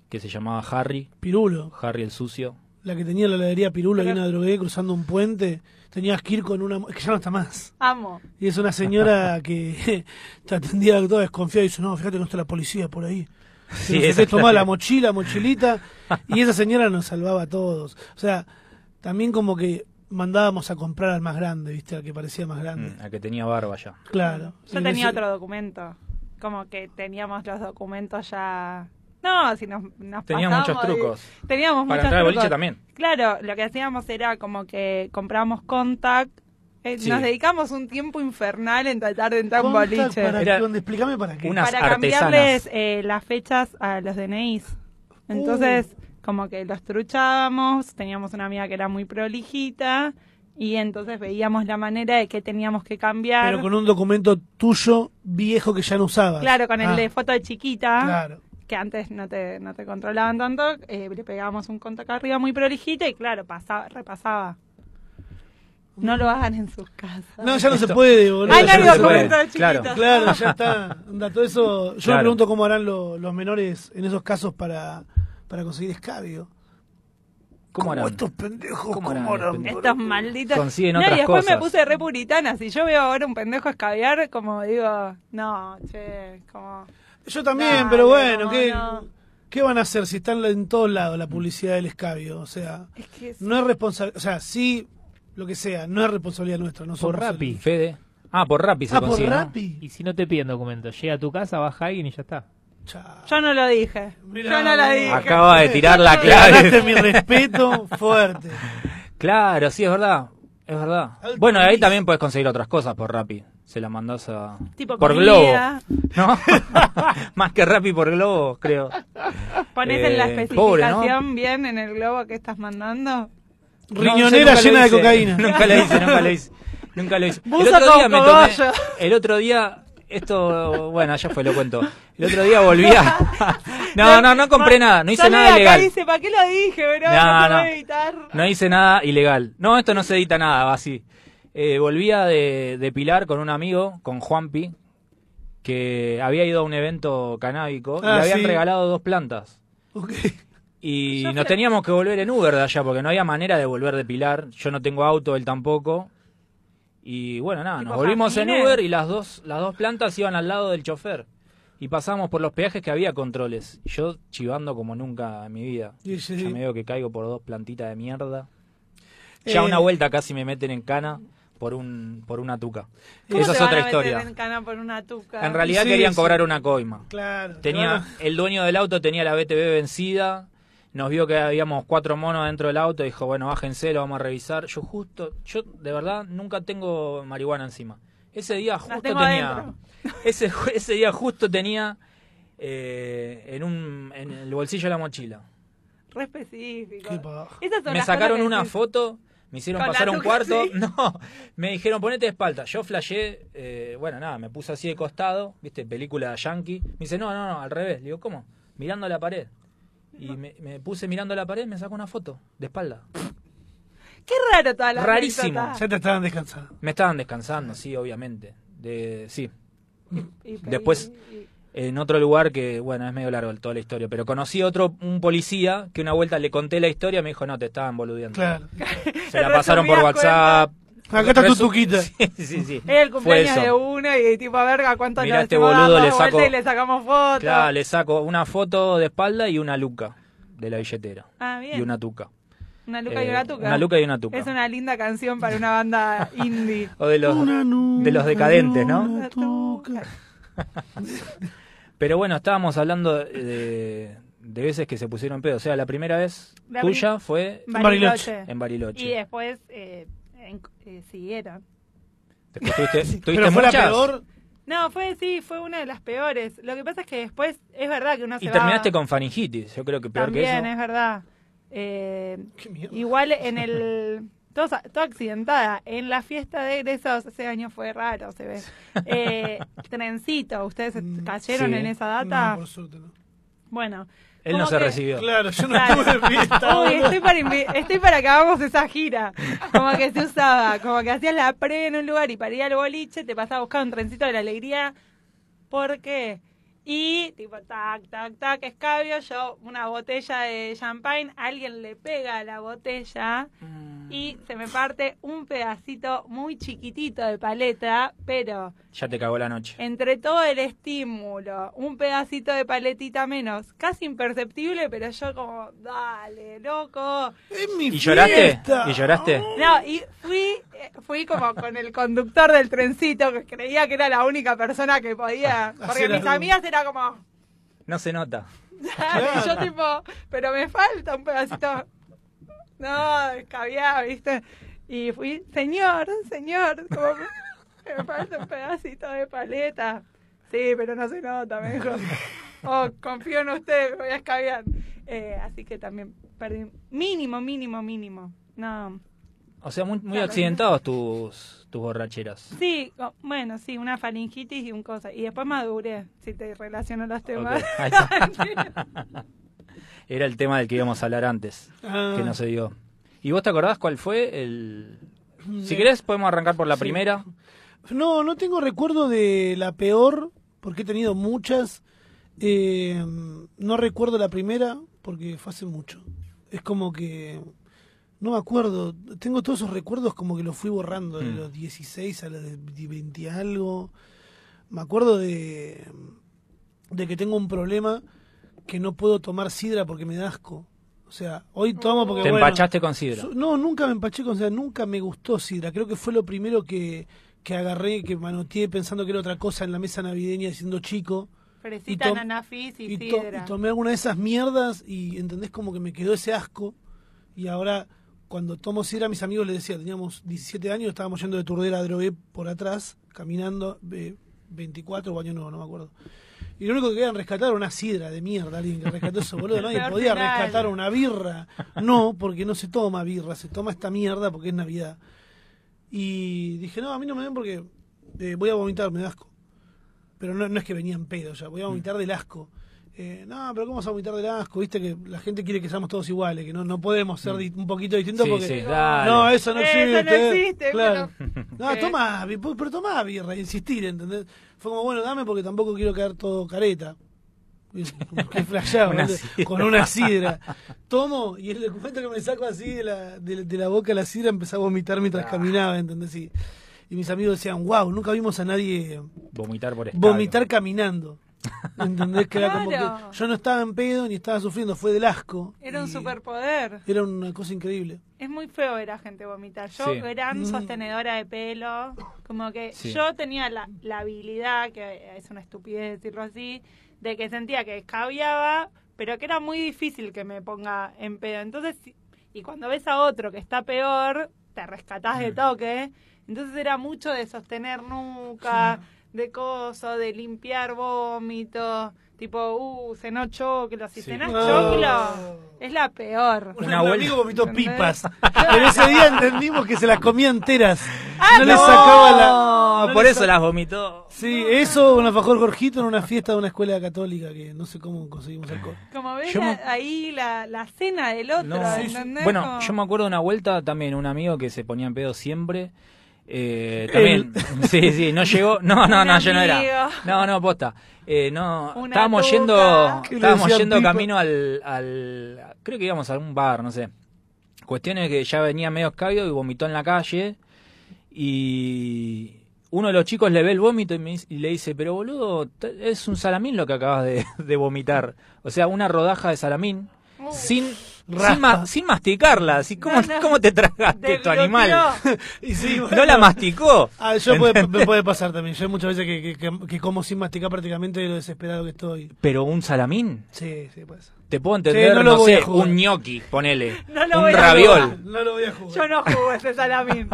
[SPEAKER 1] que se llamaba Harry,
[SPEAKER 3] Pirulo,
[SPEAKER 1] Harry el sucio.
[SPEAKER 3] la que tenía la heladería Pirulo, había
[SPEAKER 2] Claro.
[SPEAKER 3] una drogué cruzando un puente. Tenías que ir con una. mo- Es que ya no está más.
[SPEAKER 2] Amo.
[SPEAKER 3] Y es una señora que te atendía toda desconfiada y dice: No, fíjate que no está la policía por ahí.
[SPEAKER 1] Sí,
[SPEAKER 3] Sí, se
[SPEAKER 1] esa-
[SPEAKER 3] tomaba la mochila, mochilita, y esa señora nos salvaba a todos. O sea, también como que mandábamos a comprar al más grande, ¿viste? Al que parecía más grande.
[SPEAKER 1] Mm, el que tenía barba ya.
[SPEAKER 3] Claro.
[SPEAKER 2] Yo
[SPEAKER 3] Y
[SPEAKER 2] tenía
[SPEAKER 3] ese-
[SPEAKER 2] otro documento. Como que teníamos los documentos ya. No, si nos, nos
[SPEAKER 1] Tenía muchos
[SPEAKER 2] pasábamos de-
[SPEAKER 1] trucos.
[SPEAKER 2] Teníamos
[SPEAKER 1] Para
[SPEAKER 2] muchos
[SPEAKER 1] entrar al
[SPEAKER 2] trucos.
[SPEAKER 1] boliche también.
[SPEAKER 2] Claro, lo que hacíamos era como que comprábamos contact. eh,
[SPEAKER 1] Sí.
[SPEAKER 2] Nos dedicamos un tiempo infernal en tratar de entrar a un
[SPEAKER 3] Contact
[SPEAKER 2] boliche.
[SPEAKER 3] para-
[SPEAKER 1] Era-
[SPEAKER 3] ¿dónde? Explícame para qué.
[SPEAKER 1] Una- Unas
[SPEAKER 2] para
[SPEAKER 1] artesanas.
[SPEAKER 2] cambiarles eh, las fechas a los DNIs. Entonces,
[SPEAKER 3] Uh.
[SPEAKER 2] como que los truchábamos, teníamos una amiga que era muy prolijita y entonces veíamos la manera de que teníamos que cambiar.
[SPEAKER 3] Pero con un documento tuyo viejo que ya no usabas.
[SPEAKER 2] Claro, con
[SPEAKER 3] Ah,
[SPEAKER 2] el de foto de chiquita,
[SPEAKER 3] Claro.
[SPEAKER 2] que antes no te, no te controlaban tanto, eh, le pegábamos un conto acá arriba muy prolijito y claro, pasaba, repasaba. No lo hagan en sus casas.
[SPEAKER 3] No, ya no se
[SPEAKER 1] Esto-
[SPEAKER 3] puede, boludo.
[SPEAKER 1] Ay,
[SPEAKER 3] ya
[SPEAKER 1] no
[SPEAKER 3] no
[SPEAKER 1] digo
[SPEAKER 3] se puede.
[SPEAKER 1] documento.
[SPEAKER 2] de
[SPEAKER 1] claro.
[SPEAKER 2] chiquitas.
[SPEAKER 3] Claro, ya está. Onda, todo eso. Yo
[SPEAKER 1] Claro.
[SPEAKER 3] me pregunto cómo harán lo- los menores en esos casos para, para conseguir escabio.
[SPEAKER 1] ¿Cómo
[SPEAKER 3] Como
[SPEAKER 1] harán?
[SPEAKER 3] estos pendejos,
[SPEAKER 1] ¿Cómo
[SPEAKER 3] ¿cómo,
[SPEAKER 1] harán los
[SPEAKER 3] harán?
[SPEAKER 1] pendejos?
[SPEAKER 2] Estos malditos.
[SPEAKER 1] Consiguen
[SPEAKER 2] No,
[SPEAKER 1] otras
[SPEAKER 2] y después me
[SPEAKER 1] cosas.
[SPEAKER 2] puse re puritana. Si yo veo ahora un pendejo escabiar, como digo, no, che, como.
[SPEAKER 3] Yo también,
[SPEAKER 2] Dale,
[SPEAKER 3] pero bueno,
[SPEAKER 2] cómo
[SPEAKER 3] ¿qué,
[SPEAKER 2] no.
[SPEAKER 3] ¿qué van a hacer si están en todos lados la publicidad del escabio? O sea,
[SPEAKER 2] Es que es-
[SPEAKER 3] no es responsabilidad. O sea, sí, lo que sea, no es responsabilidad nuestra. No
[SPEAKER 4] Por
[SPEAKER 3] somos
[SPEAKER 4] Rappi.
[SPEAKER 1] Fede. Ah, por Rappi se
[SPEAKER 3] Ah, por
[SPEAKER 1] consigue. ¿no?
[SPEAKER 3] Rappi.
[SPEAKER 4] Y si no te piden documentos, llega a tu casa, baja alguien y ya está.
[SPEAKER 3] el- Chao.
[SPEAKER 2] Yo no lo dije.
[SPEAKER 3] Mirá,
[SPEAKER 2] yo no lo dije.
[SPEAKER 1] Acaba de tirar la
[SPEAKER 3] Le ganaste
[SPEAKER 1] clave.
[SPEAKER 3] mi respeto fuerte.
[SPEAKER 1] Claro, sí, es verdad. Es verdad.
[SPEAKER 3] Alto
[SPEAKER 1] Bueno, ahí
[SPEAKER 3] país.
[SPEAKER 1] también puedes conseguir otras cosas por Rappi. Se las mandás a.
[SPEAKER 2] Tipo
[SPEAKER 1] por
[SPEAKER 2] comida.
[SPEAKER 1] Globo. ¿No? Más que Rappi por Globo, creo.
[SPEAKER 2] Pones en la
[SPEAKER 1] Eh, pobre, ¿no?
[SPEAKER 2] especificación bien en el globo que estás mandando.
[SPEAKER 1] No,
[SPEAKER 3] Riñonera
[SPEAKER 1] yo nunca lo
[SPEAKER 3] llena de
[SPEAKER 1] hice.
[SPEAKER 3] cocaína.
[SPEAKER 1] Nunca lo hice, nunca lo hice. Nunca lo hice.
[SPEAKER 2] Buzo con cogollo.
[SPEAKER 1] el otro día, esto, bueno, ya fue, lo cuento. El otro día volví a... No, no, no compré nada, no hice
[SPEAKER 2] Sale de
[SPEAKER 1] nada
[SPEAKER 2] acá
[SPEAKER 1] ilegal.
[SPEAKER 2] y dice, ¿para qué lo dije, bro?
[SPEAKER 1] No, no.
[SPEAKER 2] No, no. evitar.
[SPEAKER 1] No hice nada ilegal. No, esto no se edita nada, va así. Eh, volvía de, de Pilar con un amigo, con Juanpi, que había ido a un evento canábico y
[SPEAKER 3] Ah,
[SPEAKER 1] le habían
[SPEAKER 3] sí.
[SPEAKER 1] regalado dos plantas.
[SPEAKER 3] Ok.
[SPEAKER 1] Y
[SPEAKER 2] Yo
[SPEAKER 1] nos
[SPEAKER 2] fui-
[SPEAKER 1] teníamos que volver en Uber de allá, porque no había manera de volver de Pilar. Yo no tengo auto, él tampoco. Y bueno, nada, nos
[SPEAKER 2] Tipo
[SPEAKER 1] volvimos en
[SPEAKER 2] jardines.
[SPEAKER 1] Uber y las dos, las dos plantas iban al lado del chofer. Y pasamos por los peajes que había controles. Yo chivando como nunca en mi vida.
[SPEAKER 3] Sí, sí,
[SPEAKER 1] Ya
[SPEAKER 3] sí.
[SPEAKER 1] me veo que caigo por dos plantitas de mierda. Ya
[SPEAKER 3] Eh,
[SPEAKER 1] una vuelta casi me meten en cana por un por una tuca.
[SPEAKER 2] ¿Cómo
[SPEAKER 1] Esa
[SPEAKER 2] te
[SPEAKER 1] es
[SPEAKER 2] van
[SPEAKER 1] otra
[SPEAKER 2] a meter
[SPEAKER 1] historia.
[SPEAKER 2] En, cana por una tuca?
[SPEAKER 1] En realidad
[SPEAKER 3] Sí,
[SPEAKER 1] querían
[SPEAKER 3] sí.
[SPEAKER 1] cobrar una coima.
[SPEAKER 3] Claro. te van
[SPEAKER 1] Tenía,
[SPEAKER 3] a-
[SPEAKER 1] el dueño del auto tenía la BTV vencida, nos vio que habíamos cuatro monos dentro del auto, dijo, bueno, bájense, lo vamos a revisar. Yo justo, yo de verdad nunca tengo marihuana encima. Ese día justo
[SPEAKER 2] tengo
[SPEAKER 1] tenía,
[SPEAKER 2] adentro.
[SPEAKER 1] ese, ju- ese día justo tenía eh, en, un, en el bolsillo de la mochila.
[SPEAKER 2] Re específico.
[SPEAKER 3] Qué paja.
[SPEAKER 2] Esas son
[SPEAKER 1] Me
[SPEAKER 2] las
[SPEAKER 1] sacaron
[SPEAKER 2] cosas que
[SPEAKER 1] una
[SPEAKER 2] decís.
[SPEAKER 1] foto, me hicieron
[SPEAKER 2] Con la
[SPEAKER 1] pasar un
[SPEAKER 2] nuca,
[SPEAKER 1] cuarto.
[SPEAKER 2] sí.
[SPEAKER 1] No, me dijeron ponete de espalda. Yo flashé, eh, bueno, nada, me puse así de costado, viste, película yankee. Me dice, no, no, no, al revés. Le digo, ¿cómo? Mirando la pared. Y me, me puse mirando la pared, me sacó una foto de espalda.
[SPEAKER 2] Qué raro todas las
[SPEAKER 1] Rarísimo.
[SPEAKER 2] anécdotas.
[SPEAKER 3] Ya te estaban descansando.
[SPEAKER 1] Me estaban descansando, sí, obviamente. De, sí,
[SPEAKER 2] Y- y-
[SPEAKER 1] Después-
[SPEAKER 2] y-
[SPEAKER 1] en otro lugar que, bueno, es medio largo toda la historia, pero conocí otro, un policía, que una vuelta le conté la historia, me dijo, no, te estaban boludeando.
[SPEAKER 3] Claro.
[SPEAKER 1] Se la pasaron por
[SPEAKER 2] Resumidas
[SPEAKER 1] WhatsApp.
[SPEAKER 3] Acá está tu
[SPEAKER 1] Resu-
[SPEAKER 3] tuquita.
[SPEAKER 1] Sí, sí, sí.
[SPEAKER 2] Era el
[SPEAKER 1] Fue
[SPEAKER 2] cumpleaños
[SPEAKER 1] eso.
[SPEAKER 2] de uno y tipo, a verga, ¿cuánto
[SPEAKER 1] Mirá
[SPEAKER 2] nos
[SPEAKER 1] este
[SPEAKER 2] estuvimos
[SPEAKER 1] boludo,
[SPEAKER 2] dando
[SPEAKER 1] le
[SPEAKER 2] vuelta
[SPEAKER 1] saco-
[SPEAKER 2] y le sacamos fotos?
[SPEAKER 1] Claro, le saco una foto de espalda y una luca de la billetera.
[SPEAKER 2] Ah, bien.
[SPEAKER 1] Y una tuca.
[SPEAKER 2] Una luca y
[SPEAKER 1] Eh,
[SPEAKER 2] una tuca.
[SPEAKER 1] una luca y una tuca.
[SPEAKER 2] Es una linda canción para una banda indie.
[SPEAKER 1] O de los,
[SPEAKER 3] Una nuca
[SPEAKER 1] de los decadentes, ¿no?
[SPEAKER 3] una tuca.
[SPEAKER 1] Pero bueno, estábamos hablando de, de veces que se pusieron pedo. O sea, la primera vez
[SPEAKER 2] La
[SPEAKER 1] tuya fue
[SPEAKER 3] Bariloche.
[SPEAKER 1] en Bariloche.
[SPEAKER 2] Y después eh, en- eh, siguieron.
[SPEAKER 1] Después tuviste, tuviste
[SPEAKER 3] Pero fue la
[SPEAKER 1] muchas
[SPEAKER 3] peor.
[SPEAKER 2] No, fue sí, fue una de las peores. Lo que pasa es que después es verdad que uno se
[SPEAKER 1] y
[SPEAKER 2] va-
[SPEAKER 1] terminaste con faringitis. Yo creo que peor
[SPEAKER 2] También,
[SPEAKER 1] que
[SPEAKER 2] es
[SPEAKER 1] eso.
[SPEAKER 2] verdad. Eh,
[SPEAKER 3] Qué mierda.
[SPEAKER 2] Igual en el. Todo, todo accidentada. En la fiesta de egresados ese año fue raro, se ve. Eh, trencito, ¿ustedes
[SPEAKER 3] Mm,
[SPEAKER 2] cayeron
[SPEAKER 1] sí.
[SPEAKER 2] en esa data?
[SPEAKER 3] No, por suerte no.
[SPEAKER 2] Bueno.
[SPEAKER 1] Él no
[SPEAKER 2] eh. como
[SPEAKER 1] se
[SPEAKER 2] que-
[SPEAKER 1] recibió.
[SPEAKER 3] Claro, yo no
[SPEAKER 2] Claro.
[SPEAKER 3] estuve en fiesta.
[SPEAKER 2] Uy,
[SPEAKER 3] boludo.
[SPEAKER 2] estoy para, invi- estoy para que hagamos esa gira. Como que se usaba, como que hacías la pre en un lugar y para ir al boliche te pasaba a buscar un trencito de la alegría. ¿Por qué? Y tipo, tac, tac, tac, escabio, yo una botella de champagne, alguien le pega a la botella
[SPEAKER 1] Mm,
[SPEAKER 2] y se me parte un pedacito muy chiquitito de paleta, pero
[SPEAKER 1] Ya te cagó la noche.
[SPEAKER 2] entre todo el estímulo, un pedacito de paletita menos, casi imperceptible, pero yo como, dale, loco.
[SPEAKER 3] Es mi
[SPEAKER 1] ¿Y lloraste?
[SPEAKER 3] fiesta. Oh.
[SPEAKER 1] ¿Y lloraste?
[SPEAKER 2] No, y fui, eh, fui como con el conductor del trencito, que creía que era la única persona que podía, porque
[SPEAKER 3] Hacer
[SPEAKER 2] mis
[SPEAKER 3] algo.
[SPEAKER 2] amigas era como,
[SPEAKER 1] No se nota.
[SPEAKER 2] dale, y yo tipo, pero me falta un pedacito. No, descabiado, ¿viste? Y fui, señor, señor, como, me falta un pedacito de paleta. Sí, pero no se nota, me dijo. Oh, confío en usted, me voy a escabiar. Eh, así que también perdí mínimo, mínimo, mínimo. No.
[SPEAKER 1] O sea, muy, muy
[SPEAKER 2] Claro.
[SPEAKER 1] accidentados tus, tus borracheras.
[SPEAKER 2] Sí, o- bueno, sí, una faringitis y un cosa. Y después maduré, si te relaciono los temas.
[SPEAKER 1] Ok, ahí está. Era el tema del que íbamos a hablar antes,
[SPEAKER 3] Ah,
[SPEAKER 1] que no se dio. ¿Y vos te acordás cuál fue el...?
[SPEAKER 3] ah,
[SPEAKER 1] Si querés podemos arrancar por la
[SPEAKER 3] Sí.
[SPEAKER 1] primera.
[SPEAKER 3] No, no tengo recuerdo de la peor, porque he tenido muchas. Eh, no recuerdo la primera, porque fue hace mucho. Es como que. No me acuerdo. Tengo todos esos recuerdos como que los fui borrando, de
[SPEAKER 1] Mm.
[SPEAKER 3] los 16 a los de 20 y algo. Me acuerdo de. de que tengo un problema que no puedo tomar sidra porque me da asco. O sea, hoy tomo porque.
[SPEAKER 1] Te
[SPEAKER 3] bueno,
[SPEAKER 1] empachaste con sidra.
[SPEAKER 3] Su- No, nunca me empaché con sidra, nunca me gustó sidra. Creo que fue lo primero que, que agarré, que manoteé pensando que era otra cosa en la mesa navideña siendo chico.
[SPEAKER 2] Fresita,
[SPEAKER 3] Y tom-
[SPEAKER 2] nanafis y,
[SPEAKER 3] Y, to-
[SPEAKER 2] sidra.
[SPEAKER 3] y tomé alguna de esas mierdas y entendés como que me quedó ese asco. Y ahora, cuando tomo sidra, mis amigos les decía, teníamos 17 años, estábamos yendo de Turdera a Drogué por atrás, caminando, eh, 24 o año no, no me acuerdo. Y lo único que querían rescatar era una sidra de mierda, alguien que rescató eso, boludo. Nadie
[SPEAKER 2] Peor
[SPEAKER 3] podía
[SPEAKER 2] final.
[SPEAKER 3] rescatar una birra. No, porque no se toma birra, se toma esta mierda porque es Navidad. Y dije, no, a mí no me den porque eh, voy a vomitar, me da asco. Pero no, no es que venían pedos ya, voy a
[SPEAKER 1] Mm.
[SPEAKER 3] vomitar del asco. Eh, no, pero ¿cómo vas a vomitar del asco? Viste que la gente quiere que seamos todos iguales, que no, no podemos ser di- un poquito distintos
[SPEAKER 1] Mm. Sí,
[SPEAKER 3] porque...
[SPEAKER 1] sí, dale.
[SPEAKER 3] No, eso no
[SPEAKER 2] Eso
[SPEAKER 3] existe. ¿eh?
[SPEAKER 2] no existe,
[SPEAKER 3] claro. No,
[SPEAKER 2] Eh.
[SPEAKER 3] toma, bi- pero tomá birra, insistir, ¿entendés? Fue como, bueno, dame porque tampoco quiero quedar todo careta. Y- como Que flasheaba,
[SPEAKER 1] Una
[SPEAKER 3] ¿viste?
[SPEAKER 1] sidra.
[SPEAKER 3] con una sidra. Tomo, y el documento que me saco así de la, de, de la boca la sidra empecé a vomitar
[SPEAKER 1] Ah.
[SPEAKER 3] mientras caminaba, ¿entendés? Y, y mis amigos decían, wow, nunca vimos a nadie
[SPEAKER 1] Vomitar por escabio.
[SPEAKER 3] vomitar caminando. ¿Entendés? Que era como
[SPEAKER 2] Claro.
[SPEAKER 3] que yo no estaba en pedo ni estaba sufriendo, fue del asco.
[SPEAKER 2] Era un
[SPEAKER 3] Y
[SPEAKER 2] superpoder.
[SPEAKER 3] Era una cosa increíble.
[SPEAKER 2] Es muy feo ver a gente vomitar. Yo,
[SPEAKER 1] Sí.
[SPEAKER 2] gran
[SPEAKER 3] Mm.
[SPEAKER 2] sostenedora de pelo, como que
[SPEAKER 1] Sí.
[SPEAKER 2] yo tenía la, la habilidad, que es una estupidez decirlo así, de que sentía que escabiaba, pero que era muy difícil que me ponga en pedo. Entonces, si- y cuando ves a otro que está peor, te rescatás de
[SPEAKER 1] Mm.
[SPEAKER 2] toque. Entonces era mucho de sostener nuca, de coso, de limpiar vómito, tipo, uh, cenó choclo. Si
[SPEAKER 1] Sí.
[SPEAKER 2] cenás
[SPEAKER 1] Oh.
[SPEAKER 2] choclo, es Ah, la peor.
[SPEAKER 1] Una
[SPEAKER 3] Ah. un
[SPEAKER 1] vuelta.
[SPEAKER 3] amigo vomitó
[SPEAKER 2] ¿Entendés?
[SPEAKER 3] pipas. Pero ese día entendimos que se las comía enteras.
[SPEAKER 2] Ah,
[SPEAKER 3] No le
[SPEAKER 1] No,
[SPEAKER 3] sacaba la. no
[SPEAKER 1] por
[SPEAKER 3] le
[SPEAKER 1] eso
[SPEAKER 3] sa-
[SPEAKER 1] las vomitó.
[SPEAKER 3] Sí, eso, un alfajor gorjito en una fiesta de una escuela católica que no sé cómo conseguimos alcohol.
[SPEAKER 2] Como ves
[SPEAKER 1] Yo
[SPEAKER 2] la-
[SPEAKER 1] me-
[SPEAKER 2] ahí la, la cena del otro,
[SPEAKER 1] No.
[SPEAKER 2] ¿entendés?
[SPEAKER 1] Bueno,
[SPEAKER 2] Como-
[SPEAKER 1] yo me acuerdo una vuelta también, un amigo que se ponía en pedo siempre. eh, también, sí, sí, no llegó, no, no,
[SPEAKER 2] Un
[SPEAKER 1] no, yo no era,
[SPEAKER 2] amigo.
[SPEAKER 1] no, no, posta, eh, no,
[SPEAKER 2] Una
[SPEAKER 1] estábamos
[SPEAKER 2] tuca.
[SPEAKER 1] yendo,
[SPEAKER 3] ¿Qué le
[SPEAKER 1] estábamos
[SPEAKER 3] decían,
[SPEAKER 1] yendo
[SPEAKER 3] pipa?
[SPEAKER 1] camino al, al, creo que íbamos a algún bar, no sé, cuestiones que ya venía medio escabio y vomitó en la calle, y uno de los chicos le ve el vómito y, me dice- y le dice, pero boludo, te- es un salamín lo que acabas de, de vomitar. O sea, una rodaja de salamín
[SPEAKER 2] Uh.
[SPEAKER 1] sin
[SPEAKER 3] raspa.
[SPEAKER 1] Sin, ma- sin masticarla, así, ¿cómo,
[SPEAKER 2] No, no.
[SPEAKER 1] cómo te tragaste tu
[SPEAKER 2] Desglotinó.
[SPEAKER 1] animal?
[SPEAKER 3] Y sí,
[SPEAKER 1] ¿No
[SPEAKER 3] bueno.
[SPEAKER 1] la masticó?
[SPEAKER 3] Ah, yo puede, me puede pasar también. Yo hay muchas veces que, que- que- que como sin masticar prácticamente de lo desesperado que estoy.
[SPEAKER 1] Pero un salamín,
[SPEAKER 3] Sí, sí, pasa.
[SPEAKER 1] te puedo entender,
[SPEAKER 3] no
[SPEAKER 1] no,
[SPEAKER 3] lo voy a
[SPEAKER 1] sé,
[SPEAKER 3] jugar.
[SPEAKER 1] un gnocchi, ponele,
[SPEAKER 2] No lo voy
[SPEAKER 1] un
[SPEAKER 2] a
[SPEAKER 1] raviol.
[SPEAKER 2] jugar.
[SPEAKER 3] Ah, No lo voy a jugar.
[SPEAKER 2] Yo no jugo ese salamín.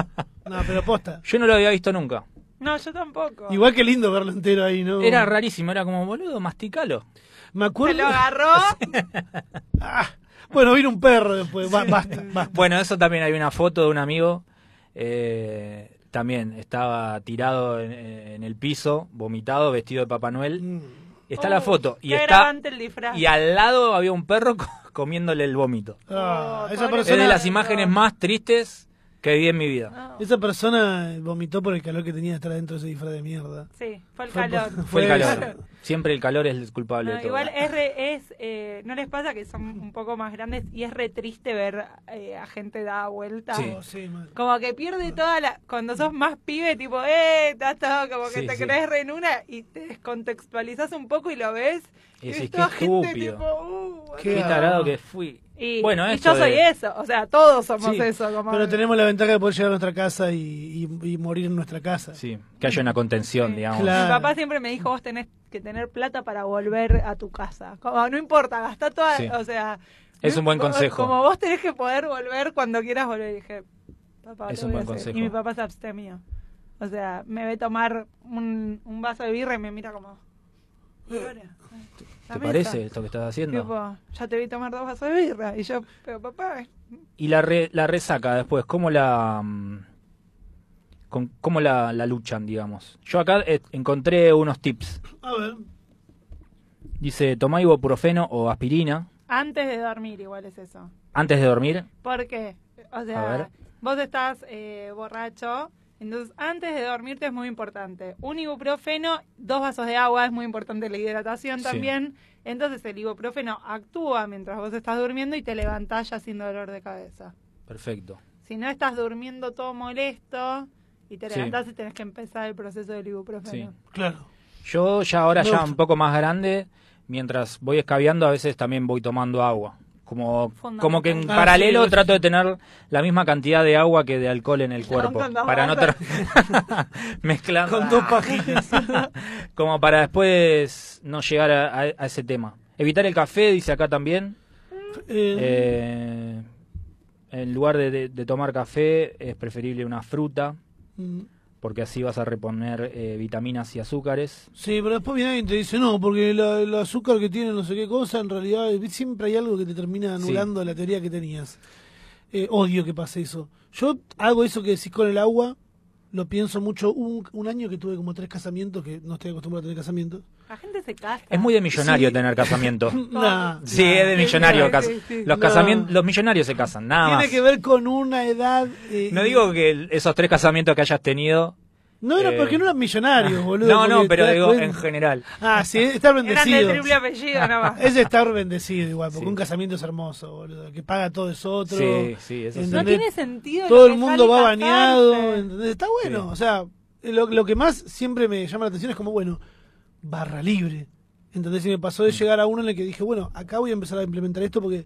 [SPEAKER 3] No, pero posta.
[SPEAKER 1] Yo no lo había visto nunca.
[SPEAKER 2] No, yo tampoco.
[SPEAKER 3] Igual que lindo verlo entero ahí, ¿no?
[SPEAKER 1] Era rarísimo, era como, boludo, masticalo.
[SPEAKER 3] Me
[SPEAKER 2] Se
[SPEAKER 3] acuerdo.
[SPEAKER 2] lo agarró.
[SPEAKER 3] Ah, bueno, vino un perro después. Va- Basta, basta.
[SPEAKER 1] Bueno, eso también hay una foto de un amigo. eh, también estaba tirado en, en el piso, vomitado, vestido de Papá Noel.
[SPEAKER 3] Mm.
[SPEAKER 1] Está la
[SPEAKER 2] Uy,
[SPEAKER 1] foto. Y
[SPEAKER 2] Uh, qué
[SPEAKER 1] está
[SPEAKER 2] agravante el disfraz.
[SPEAKER 1] y al lado había un perro co- comiéndole el vómito.
[SPEAKER 3] Ah,
[SPEAKER 2] Oh,
[SPEAKER 3] esa,
[SPEAKER 2] pobre
[SPEAKER 1] Es de
[SPEAKER 3] persona,
[SPEAKER 1] las imágenes más tristes que vi en mi vida.
[SPEAKER 2] No.
[SPEAKER 3] esa persona vomitó por el calor que tenía de estar adentro de ese disfraz de mierda.
[SPEAKER 2] Sí, fue el
[SPEAKER 3] Fue por-
[SPEAKER 2] calor.
[SPEAKER 1] Fue el
[SPEAKER 3] Fue-
[SPEAKER 1] calor. Siempre el calor es el culpable de
[SPEAKER 2] No,
[SPEAKER 1] todo.
[SPEAKER 2] igual es, re- es eh, no les pasa que son un poco más grandes y es re triste ver eh, a gente da vuelta.
[SPEAKER 1] Sí.
[SPEAKER 3] Oh, sí, mal.
[SPEAKER 2] Como que pierde toda la... Cuando sos más pibe, tipo, eh, estás todo como que
[SPEAKER 1] Sí,
[SPEAKER 2] te
[SPEAKER 1] sí.
[SPEAKER 2] crees re en una y te descontextualizas un poco y lo ves.
[SPEAKER 1] Y decís,
[SPEAKER 2] ves
[SPEAKER 1] qué
[SPEAKER 2] toda gente
[SPEAKER 1] estúpido.
[SPEAKER 2] tipo, uh,
[SPEAKER 3] Qué
[SPEAKER 1] Qué
[SPEAKER 2] bueno.
[SPEAKER 1] tarado que fui.
[SPEAKER 2] Y,
[SPEAKER 1] Bueno,
[SPEAKER 2] y
[SPEAKER 1] esto
[SPEAKER 2] yo soy
[SPEAKER 1] de-
[SPEAKER 2] eso, o sea, todos somos
[SPEAKER 3] Sí,
[SPEAKER 2] eso. Como
[SPEAKER 3] Pero tenemos la ventaja de poder llegar a nuestra casa y, y- y morir en nuestra casa.
[SPEAKER 1] Sí, que haya una contención, digamos.
[SPEAKER 3] Claro.
[SPEAKER 2] Mi papá siempre me dijo, vos tenés que tener plata para volver a tu casa. Como, no importa, gastá toda,
[SPEAKER 1] Sí.
[SPEAKER 2] o sea...
[SPEAKER 1] Es
[SPEAKER 2] no
[SPEAKER 1] un buen
[SPEAKER 2] impo-
[SPEAKER 1] consejo.
[SPEAKER 2] Como vos tenés que poder volver cuando quieras volver. Y dije, papá,
[SPEAKER 1] Es
[SPEAKER 2] lo
[SPEAKER 1] un
[SPEAKER 2] voy a
[SPEAKER 1] buen
[SPEAKER 2] hacer.
[SPEAKER 1] consejo.
[SPEAKER 2] Y mi papá se abstemió. O sea, me ve tomar un, un vaso de birra y me mira como... "Flora,
[SPEAKER 1] ¿Te
[SPEAKER 2] dame
[SPEAKER 1] parece
[SPEAKER 2] esa".
[SPEAKER 1] esto que estás haciendo?
[SPEAKER 2] Tipo, ya te vi tomar dos vasos de birra. Y yo, pero papá...
[SPEAKER 1] Y la, re- la resaca después, ¿cómo la, mm, con- cómo la, la luchan, digamos? Yo acá eh, encontré unos tips.
[SPEAKER 3] A ver.
[SPEAKER 1] Dice, tomá ibuprofeno o aspirina
[SPEAKER 2] Antes de dormir igual es eso.
[SPEAKER 1] antes de dormir.
[SPEAKER 2] Porque, o
[SPEAKER 1] A ver.
[SPEAKER 2] sea, vos estás eh, borracho, entonces antes de dormirte es muy importante. Un ibuprofeno, dos vasos de agua, es muy importante la hidratación
[SPEAKER 1] Sí.
[SPEAKER 2] también. Entonces el ibuprofeno actúa mientras vos estás durmiendo y te levantás ya sin dolor de cabeza.
[SPEAKER 1] Perfecto.
[SPEAKER 2] Si no estás durmiendo todo molesto y te
[SPEAKER 1] Sí.
[SPEAKER 2] levantás y tenés que empezar el proceso del
[SPEAKER 1] Sí.
[SPEAKER 2] ibuprofeno.
[SPEAKER 3] Claro.
[SPEAKER 1] Yo ya ahora
[SPEAKER 3] Me
[SPEAKER 1] ya
[SPEAKER 3] gusta.
[SPEAKER 1] un poco más grande, mientras voy escabeando a veces también voy tomando agua. Como,
[SPEAKER 2] Fundamental.
[SPEAKER 1] como que en
[SPEAKER 3] Ah,
[SPEAKER 1] paralelo
[SPEAKER 3] sí,
[SPEAKER 1] trato de tener la misma cantidad de agua que de alcohol en el cuerpo.
[SPEAKER 2] con dos
[SPEAKER 1] Para no
[SPEAKER 2] vasos.
[SPEAKER 1] tra- mezclando.
[SPEAKER 3] Con dos pajitas.
[SPEAKER 1] como para después no llegar a, a- a ese tema. Evitar el café, dice acá también.
[SPEAKER 3] Eh,
[SPEAKER 1] Eh, en lugar de, de- de tomar café es preferible una fruta,
[SPEAKER 3] mm.
[SPEAKER 1] porque así vas a reponer eh, vitaminas y azúcares.
[SPEAKER 3] Sí, pero después viene alguien y te dice, no, porque la- el azúcar que tiene no sé qué cosa, en realidad eh, siempre hay algo que te termina anulando la teoría que tenías. Eh, odio que pase eso. Yo hago eso que decís con el agua, lo pienso mucho. Un, un año que tuve como tres casamientos, que no estoy acostumbrado a tener casamientos.
[SPEAKER 2] La gente se casa.
[SPEAKER 1] Es muy de millonario tener casamiento.
[SPEAKER 3] Nah.
[SPEAKER 1] Sí, es de millonario.
[SPEAKER 2] Sí,
[SPEAKER 1] cas-
[SPEAKER 2] sí, sí.
[SPEAKER 1] Los,
[SPEAKER 3] No.
[SPEAKER 1] casamientos, los millonarios se casan, nada
[SPEAKER 3] Tiene
[SPEAKER 1] más.
[SPEAKER 3] que ver con una edad... eh,
[SPEAKER 1] No digo que el- esos tres casamientos que hayas tenido.
[SPEAKER 3] No era
[SPEAKER 1] eh,
[SPEAKER 3] porque no eran millonarios, boludo.
[SPEAKER 1] no, no,
[SPEAKER 3] porque
[SPEAKER 1] pero
[SPEAKER 3] te das
[SPEAKER 1] digo
[SPEAKER 3] cuenta.
[SPEAKER 1] en general.
[SPEAKER 3] Ah, sí, estar
[SPEAKER 2] Eran de
[SPEAKER 3] bendecido.
[SPEAKER 2] triple apellido nomás.
[SPEAKER 3] Es estar bendecido igual, porque
[SPEAKER 1] Sí.
[SPEAKER 3] un casamiento es hermoso, boludo. Que paga todo es otro.
[SPEAKER 1] Sí, sí, eso sí.
[SPEAKER 2] No
[SPEAKER 3] ¿entendés?
[SPEAKER 2] tiene sentido.
[SPEAKER 3] todo
[SPEAKER 2] lo que
[SPEAKER 3] el mundo va
[SPEAKER 2] sale
[SPEAKER 3] bañado,
[SPEAKER 2] casarse.
[SPEAKER 3] ¿entendés? está bueno,
[SPEAKER 1] Sí.
[SPEAKER 3] o sea, lo, lo que más siempre me llama la atención es como, bueno, barra libre, ¿entendés? Y me pasó
[SPEAKER 1] Mm.
[SPEAKER 3] de llegar a uno en el que dije, bueno, acá voy a empezar a implementar esto porque